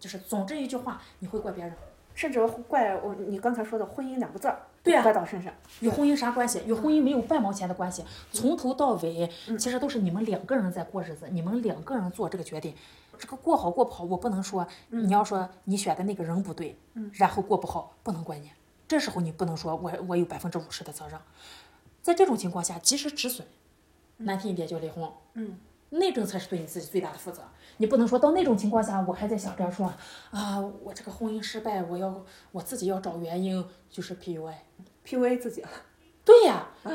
就是总之一句话，你会怪别人。
甚至怪我你刚才说的“婚姻”两个字儿，
对啊
怪到身上。
与婚姻啥关系？与婚姻没有半毛钱的关系，从头到尾其实都是你们两个人在过日子，你们两个人做这个决定，这个过好过不好，我不能说你要说你选的那个人不对，然后过不好不能怪你，这时候你不能说我我有百分之五十的责任，在这种情况下及时止损，难听一点就离婚，
嗯，
那种才是对你自己最大的负责，你不能说到那种情况下我还在想着说啊我这个婚姻失败，我要我自己要找原因，就是 PUA。
PUA 自己，
对呀、为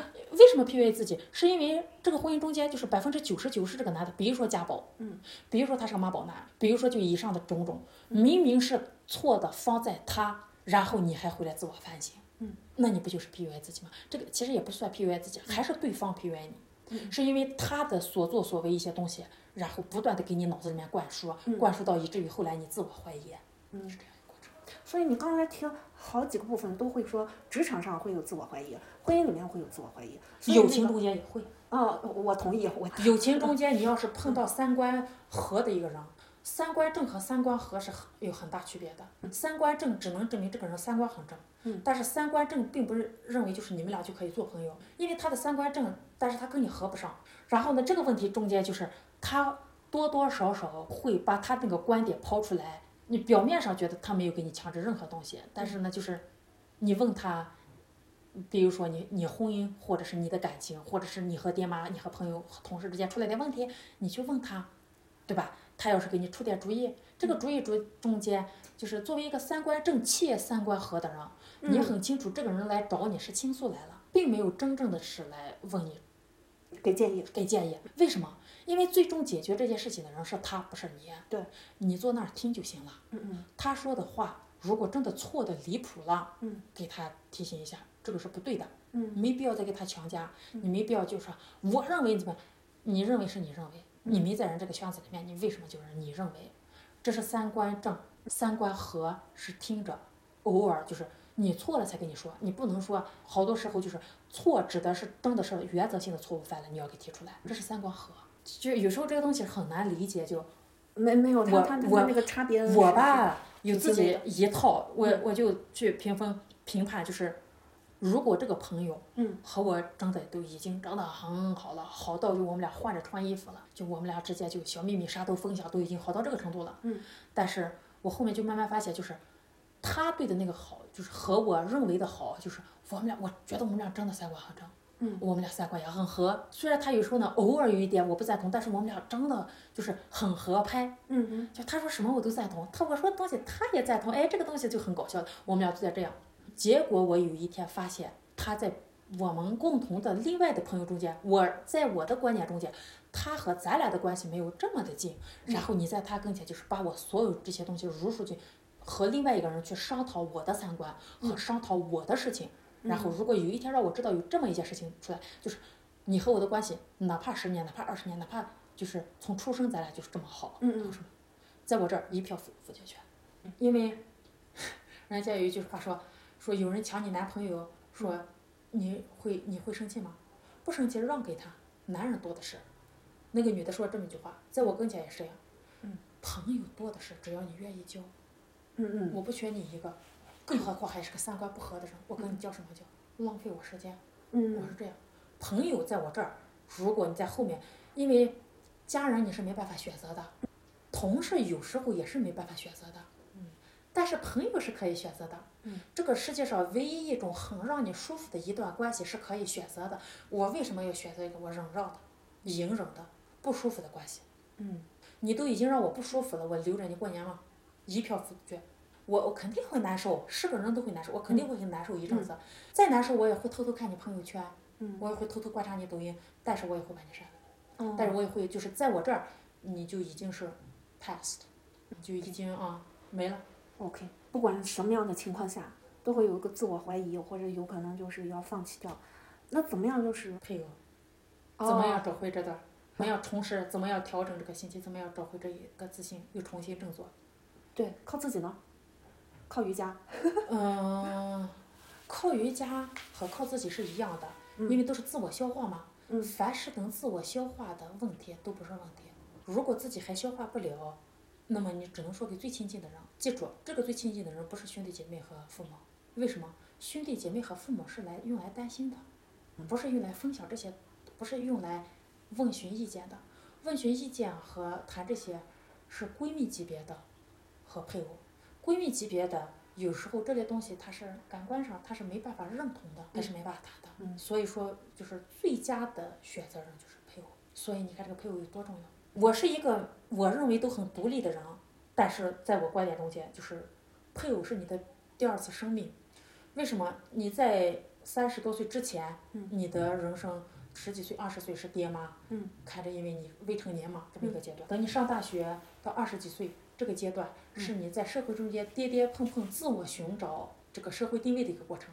什么 PUA 自己？是因为这个婚姻中间就是百分之九十九是这个男的，比如说家暴，
嗯，
比如说他是个妈宝男，比如说就以上的种种，明明是错的方在他，然后你还回来自我反省，
嗯，
那你不就是 PUA 自己吗？这个其实也不算 PUA 自己，还是对方 PUA 你，
嗯
是因为他的所作所为一些东西，然后不断的给你脑子里面灌输，
嗯
灌输到以至于后来你自我怀疑，嗯，是这样一个过程。
所以你刚才听好几个部分都会说，职场上会有自我怀疑，婚姻里面会有自我怀疑，所以
友
那
情
个
中间也会。
啊、我同意，我
友情中间，你要是碰到三观合的一个人，三观正和三观合是很有很大区别的。三观正只能证明这个人三观很正，
嗯
但是三观正并不是认为就是你们俩就可以做朋友，因为他的三观正，但是他跟你合不上。然后呢，这个问题中间就是他多多少少会把他那个观点抛出来，你表面上觉得他没有给你强制任何东西，但是呢，就是你问他。比如说你你婚姻，或者是你的感情，或者是你和爹妈、你和朋友、和同事之间出了点问题，你去问他，对吧？他要是给你出点主意，这个主意中中间，就是作为一个三观正气、三观合的人，
嗯
你很清楚这个人来找你是倾诉来了，并没有真正的是来问你
给建议，
给建议。为什么？因为最终解决这件事情的人是他，不是你。
对，
你坐那儿听就行了。
嗯嗯，
他说的话如果真的错的离谱了，
嗯，
给他提醒一下，这个是不对的，
嗯，
没必要再给他强加，你没必要就是说我认为怎么样，你认为是你认为，你没在人这个圈子里面，你为什么就是你认为？这是三观正，三观合是听着，偶尔就是你错了才跟你说，你不能说好多时候就是错指的是真的是原则性的错误犯了，你要给提出来，这是三观合。就有时候这个东西很难理解，就
没没有他
我
他他
我
那个差别，
我，吧，有自
经历
己一套，我
嗯
我就去评分评判，就是如果这个朋友，
嗯，
和我真的都已经真的很好了，好到就我们俩换着穿衣服了，就我们俩之间就小秘密啥都分享，都已经好到这个程度了，
嗯，
但是我后面就慢慢发现，就是他对的那个好，就是和我认为的好，就是我们俩，我觉得我们俩真的三观很正。
嗯
我们俩三观也很合，虽然他有时候呢偶尔有一点我不赞同，但是我们俩真的就是很合拍，
嗯嗯，
就他说什么我都赞同，他我说的东西他也赞同，哎，这个东西就很搞笑。我们俩就在这样，结果我有一天发现他在我们共同的另外的朋友中间，我在我的观点中间，他和咱俩的关系没有这么的近。然后你在他跟前就是把我所有这些东西如数去和另外一个人去商讨我的三观和商讨我的事情。然后如果有一天让我知道有这么一件事情出来，就是你和我的关系，哪怕十年，哪怕二十年，哪怕就是从出生咱俩就是这么好，
嗯嗯，
在我这儿一票否否决权，嗯因为人家有一句话说说有人抢你男朋友，说你会你会生气吗？不生气，让给他，男人多的是。那个女的说了这么一句话，在我跟前也是呀。
嗯，
朋友多的是，只要你愿意交。
嗯嗯，
我不缺你一个，更何况还是个三观不合的人，我跟你较什么较？浪费我时间。
嗯
我是这样，朋友在我这儿，如果你在后面，因为家人你是没办法选择的，同事有时候也是没办法选择的，嗯，但是朋友是可以选择的，
嗯，
这个世界上唯一一种很让你舒服的一段关系是可以选择的。我为什么要选择一个我忍让的、隐忍的、不舒服的关系？
嗯，
你都已经让我不舒服了，我留着你过年吗？一票否决。我我肯定会难受，是个人都会难受，我肯定会很难受一阵子。再难受，我也会偷偷看你朋友圈，
嗯
我也会偷偷观察你抖音，但是我也会把你删了。
哦
但是我也会就是在我这儿，你就已经是 past，你就已经啊没了。
OK，不管什么样的情况下，都会有一个自我怀疑，或者有可能就是要放弃掉。那怎么样就是
配偶怎么样
哦
找回这段儿？怎么样重拾？怎么样调整这个心情？怎么样找回这一个自信，又重新振作？
对，靠自己呢？靠瑜伽。
嗯，靠瑜伽和靠自己是一样的，因为都是自我消化嘛。
嗯
凡是能自我消化的问题都不是问题。如果自己还消化不了，那么你只能说给最亲近的人。记住，这个最亲近的人不是兄弟姐妹和父母。为什么？兄弟姐妹和父母是来用来担心的，不是用来分享这些，不是用来问询意见的。问询意见和谈这些是闺蜜级别的和配偶。闺蜜级别的，有时候这类东西它是感官上它是没办法认同的，还是没办法谈的。
嗯
所以说就是最佳的选择人就是配偶。所以你看这个配偶有多重要。我是一个我认为都很独立的人，但是在我观点中间，就是配偶是你的第二次生命。为什么你在三十多岁之前，
嗯
你的人生十几岁、二十岁是爹妈，
嗯，
看着因为你未成年嘛这么一个阶段。等你上大学到二十几岁这个阶段，是你在社会中间跌跌碰碰、自我寻找这个社会定位的一个过程。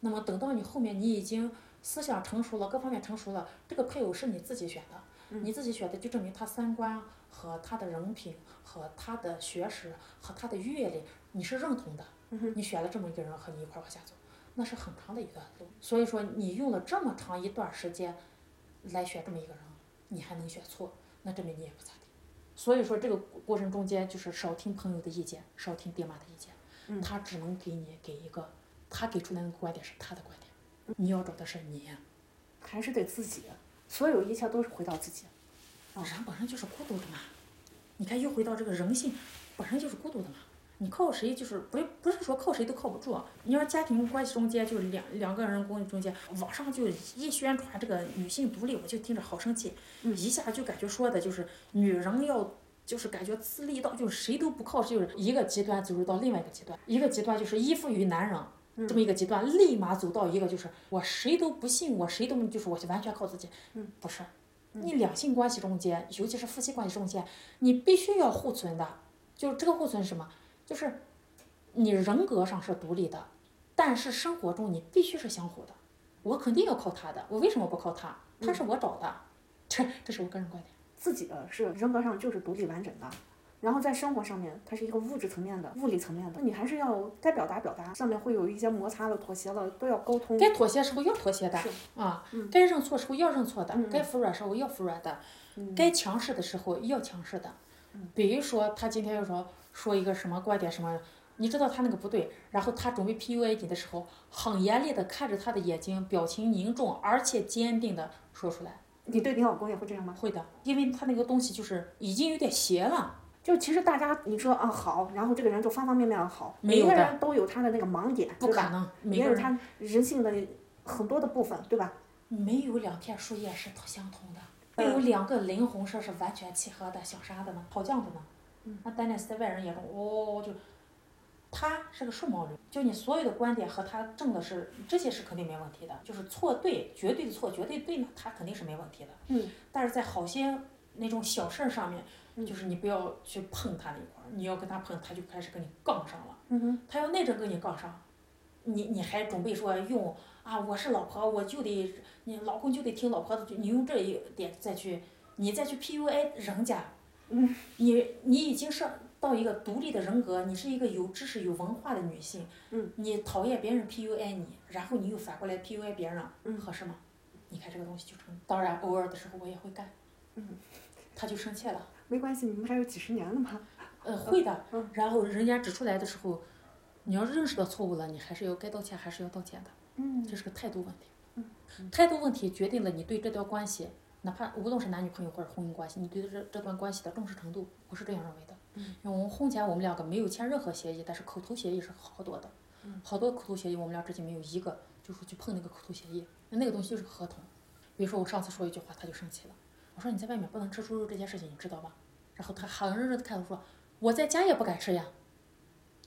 那么等到你后面你已经思想成熟了，各方面成熟了，这个配偶是你自己选的，你自己选的就证明他三观和他的人品和他的学识和他的阅历你是认同的。你选了这么一个人和你一块儿往下走，那是很长的一段路。所以说你用了这么长一段时间来选这么一个人，你还能选错，那证明你也不咋地。所以说这个过程中间就是少听朋友的意见，少听爹妈的意见，他只能给你给一个他给出来的观点是他的观点，你要找的是你。
还是得自己，所有一切都是回到自己。
人本身就是孤独的嘛。你看，又回到这个人性，本身就是孤独的嘛。你靠谁就是不是不是说靠谁都靠不住。啊你要家庭关系中间就是两两个人关系中间，网上就一宣传这个女性独立，我就听着好生气，一下就感觉说的就是女人要。就是感觉自立到就是谁都不靠，就是一个极端走入到另外一个极端，一个极端就是依附于男人，这么一个极端，立马走到一个就是我谁都不信，我谁都就是我就完全靠自己，嗯，不是，你两性关系中间，尤其是夫妻关系中间，你必须要互存的，就是这个互存是什么？就是你人格上是独立的，但是生活中你必须是相互的。我肯定要靠他的，我为什么不靠他？他是我找的，这这是我个人观点。
自己的是人格上就是独立完整的，然后在生活上面，它是一个物质层面的、物理层面的，你还是要该表达表达，上面会有一些摩擦了、妥协了，都要沟通。
该妥协时候要妥协的啊，该认错时候要认错的，该服软时候要服软的，
嗯
该强势的时候要强势的。比如说，他今天要说说一个什么观点什么，你知道他那个不对，然后他准备 PUA 你的时候，很严厉的看着他的眼睛，表情凝重而且坚定的说出来。
你对你老公也会这样吗？
会的，因为他那个东西就是已经有点邪了。
就其实大家你说啊好，然后这个人就方方面面好，
没有
每个
的
人都有他的那个盲点，
不
对
可
吧？
能，每
也
个
有
人
他人性的很多的部分，对吧？
没有两片树叶是相同的，没有两个林红色是完全契合的，想啥的呢？好犟的呢？那丹尼斯在外人眼中，哦，就他是个顺毛驴，就你所有的观点和他正的是这些是肯定没问题的，就是错对绝对的错绝对对呢，他肯定是没问题的。
嗯，
但是在好些那种小事儿上面，就是你不要去碰他那一块儿，你要跟他碰，他就开始跟你杠上了。
嗯哼，
他要那阵跟你杠上，你你还准备说用啊，我是老婆，我就得你老公就得听老婆的，就你用这一点再去，你再去 PUA 人家，
嗯，
你你已经是到一个独立的人格，你是一个有知识、有文化的女性，
嗯，
你讨厌别人 PUI 你，然后你又反过来 PUI 别人，
嗯
合适吗？你看这个东西就成，当然偶尔的时候我也会干，
嗯，
他就生气了，
没关系，你们还有几十年了嘛。
呃，会的
嗯，
然后人家指出来的时候，你要认识到错误了，你还是要该道歉还是要道歉的。
嗯
这是个态度问题。态度问题决定了你对这段关系，哪怕无论是男女朋友或者婚姻关系，你对这这段关系的重视程度，我是这样认为的。
嗯
因为我们婚前我们两个没有签任何协议，但是口头协议是好多的，
嗯
好多口头协议我们俩之间没有一个就是去碰那个口头协议，那那个东西就是个合同。比如说我上次说一句话，他就生气了，我说你在外面不能吃猪肉这件事情你知道吧？然后他很认真的看我说我在家也不敢吃呀，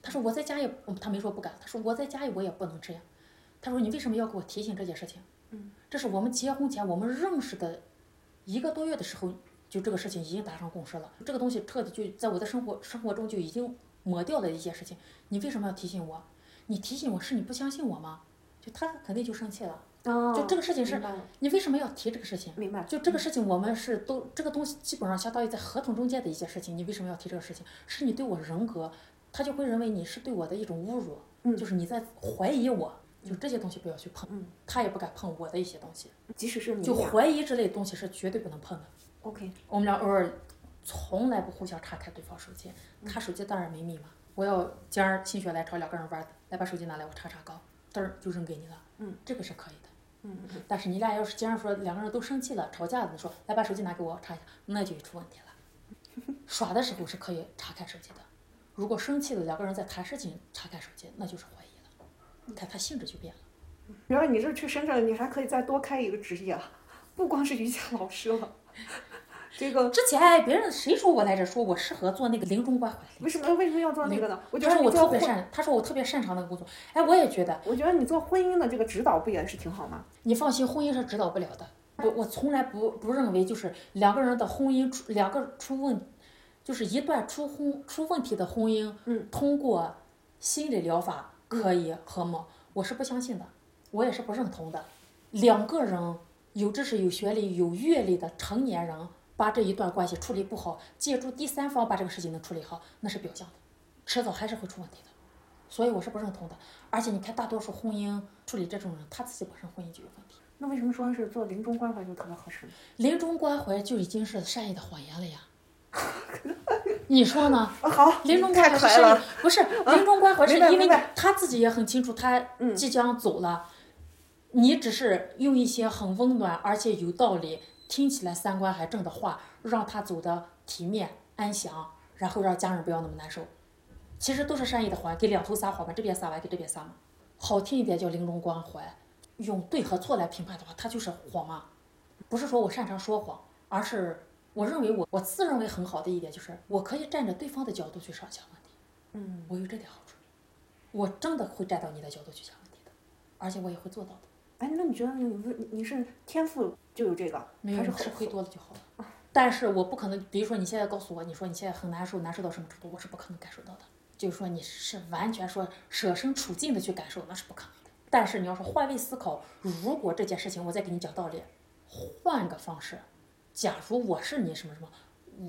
他说我在家也嗯他没说不敢，他说我在家里我也不能吃呀。他说：“你为什么要给我提醒这件事情？”嗯，这是我们结婚前我们认识的一个多月的时候，就这个事情已经达成共识了。这个东西彻底就在我的生活生活中就已经抹掉了一些事情。你为什么要提醒我？你提醒我是你不相信我吗？就他肯定就生气了。
哦
就这个事情是
明白了，
你为什么要提这个事情？
明白了。
就这个事情，我们是都这个东西基本上相当于在合同中间的一件事情。你为什么要提这个事情？是你对我人格，他就会认为你是对我的一种侮辱，
嗯
就是你在怀疑我，就这些东西不要去碰，
嗯
他也不敢碰我的一些东西，
即使是你
就
俩
怀疑之类的东西是绝对不能碰的。
OK，
我们俩偶尔从来不互相查看对方手机，
嗯
他手机当然没密码。我要今儿心血来潮，两个人玩儿，来把手机拿来，我查查岗，嘚儿就扔给你了。
嗯，
这个是可以的。
嗯嗯嗯
但是你俩要是既然说两个人都生气了、吵架了，你说来把手机拿给我查一下，那就出问题了。 耍的时候是可以查看手机的，如果生气了两个人在谈事情查看手机，那就是怀疑了。
嗯
你看他性质就变了。
原来你这去深圳，你还可以再多开一个职业啊，不光是瑜伽老师了。这个
之前别人谁说我来着，说我适合做那个临终关怀。
为什么为什么要做那个呢？我觉得
他说
你
我
做
特别
婚，
擅，他说我特别擅长那个工作。哎，我也觉得，
我觉得你做婚姻的这个指导不也是挺好吗？
你放心，婚姻是指导不了的。我我从来不不认为就是两个人的婚姻出两个出问，就是一段出婚出问题的婚姻，
嗯，
通过心理疗法可以和睦，我是不相信的，我也是不认同的。两个人有知识、有学历、有阅历的成年人，把这一段关系处理不好，借助第三方把这个事情能处理好，那是表象的，迟早还是会出问题的。所以我是不认同的，而且你看，大多数婚姻处理这种人，他自己本身婚姻就有问题。
那为什么说是做临终关怀就特别合适呢？
临终关怀就已经是善意的谎言了呀， 你说呢？
啊，好，
临终关
太
怀
可
是
爱
善意
了
的，，不是临终关怀
嗯
是
明白
因为
明白嗯
他自己也很清楚，他即将走了，你只是用一些很温暖而且有道理、听起来三观还正的话，让他走的体面安详，然后让家人不要那么难受。其实都是善意的谎，给两头撒谎吧，这边撒完给这边撒嘛。好听一点叫临终关怀，用对和错来评判的话，它就是谎嘛。不是说我擅长说谎，而是我认为我我自认为很好的一点就是，我可以站着对方的角度去想想问题。
嗯，
我有这点好处，我真的会站到你的角度去想问题的，而且我也会做到的。
哎，那你觉得你是你是天赋就有这个，
没有
还是
人啊
后
吃亏多了就好了。但是我不可能，比如说你现在告诉我，你说你现在很难受，难受到什么程度，我是不可能感受到的。就是说你是完全说设身处境的去感受，那是不可能的。但是你要说换位思考，如果这件事情我再给你讲道理，换个方式，假如我是你什么什么，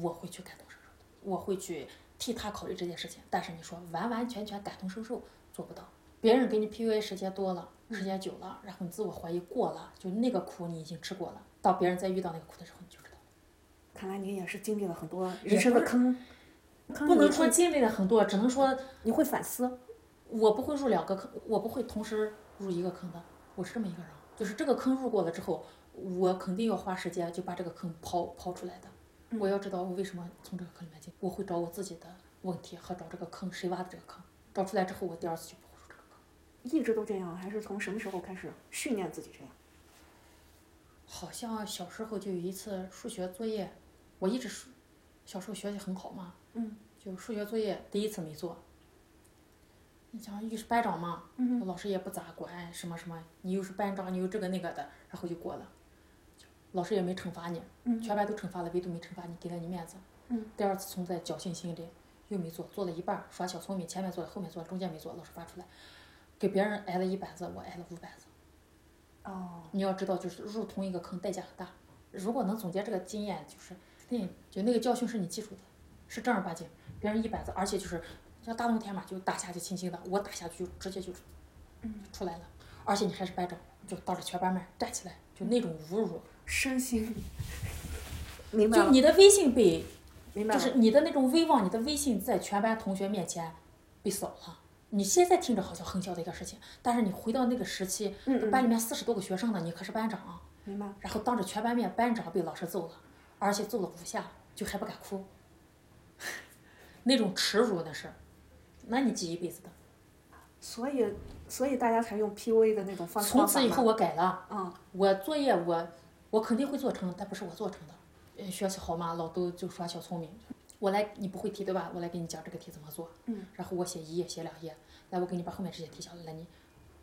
我会去感同身受的，我会去替他考虑这件事情。但是你说完完全全感同身受做不到，别人给你 PUA 时间多了，时间久了，然后你自我怀疑过了，就那个苦你已经吃过了，到别人再遇到那个苦的时候你就知道了。
看来你也是经历了很多
也
人生的
不是
坑，坑
不
你
能
会
说经历了很多，只能说
你会反思，
我不会入两个坑，我不会同时入一个坑的，我是这么一个人，就是这个坑入过了之后，我肯定要花时间就把这个坑刨刨出来的。我要知道我为什么从这个坑里面进，我会找我自己的问题和找这个坑谁挖的这个坑，找出来之后我第二次就不会入这个坑。
一直都这样，还是从什么时候开始训练自己这样？
好像小时候就有一次数学作业，我一直数，小时候学习很好嘛，
嗯，
就数学作业第一次没做。你想又是班长嘛，
嗯
老师也不咋管什么什么，你又是班长，你又这个那个的，然后就过了，老师也没惩罚你，
嗯
全班都惩罚了，唯独没惩罚你，给了你面子。
嗯，
第二次存在侥幸心理，又没做，做了一半儿耍小聪明，前面做了，后面做了，中间没做，老师发出来，给别人挨了一板子，我挨了五板子。
哦，
你要知道，就是入同一个坑代价很大。如果能总结这个经验，就是那就那个教训是你记住的，是正儿八经，别人一板子，而且就是像大动天马就打下去轻轻的，我打下去就直接就
嗯
出来了，而且你还是班长，就当着全班面站起来，就那种侮辱，
身心， 明白
就
了，
你的威信被，
明白
就
了，
是你的那种威望，你的威信在全班同学面前被扫了。你现在听着好像很小的一个事情，但是你回到那个时期，
嗯嗯
班里面四十多个学生呢，你可是班长啊、
明白了。
然后当着全班面，班长被老师揍了，而且揍了五下，就还不敢哭， 那种耻辱那是，那你记一辈子的。
所以，所以大家才用 PUA 的那种方式。
从此以后
方
我改了，
法嘛，嗯
我作业我我肯定会做成，但不是我做成的。呃学习好嘛，老都就耍小聪明。我来，你不会题对吧？我来给你讲这个题怎么做。
嗯。
然后我写一页，写两页，来，我给你把后面这些题讲了，来你，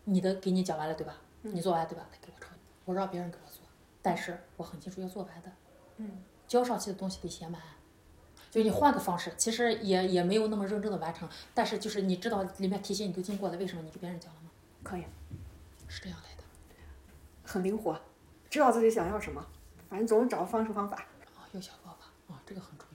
你的给你讲完了对吧？
嗯
你做完了对吧？来给我抄，我让别人给我做，但是我很清楚要做完的。
嗯。
交上去的东西得写满。就你换个方式，其实也也没有那么认真的完成，但是就是你知道里面题型你都经过了，为什么你给别人讲了吗？
嗯，可以，
是这样来的。
很灵活，知道自己想要什么，反正总找方式方法。
啊，有小方法啊，这个很重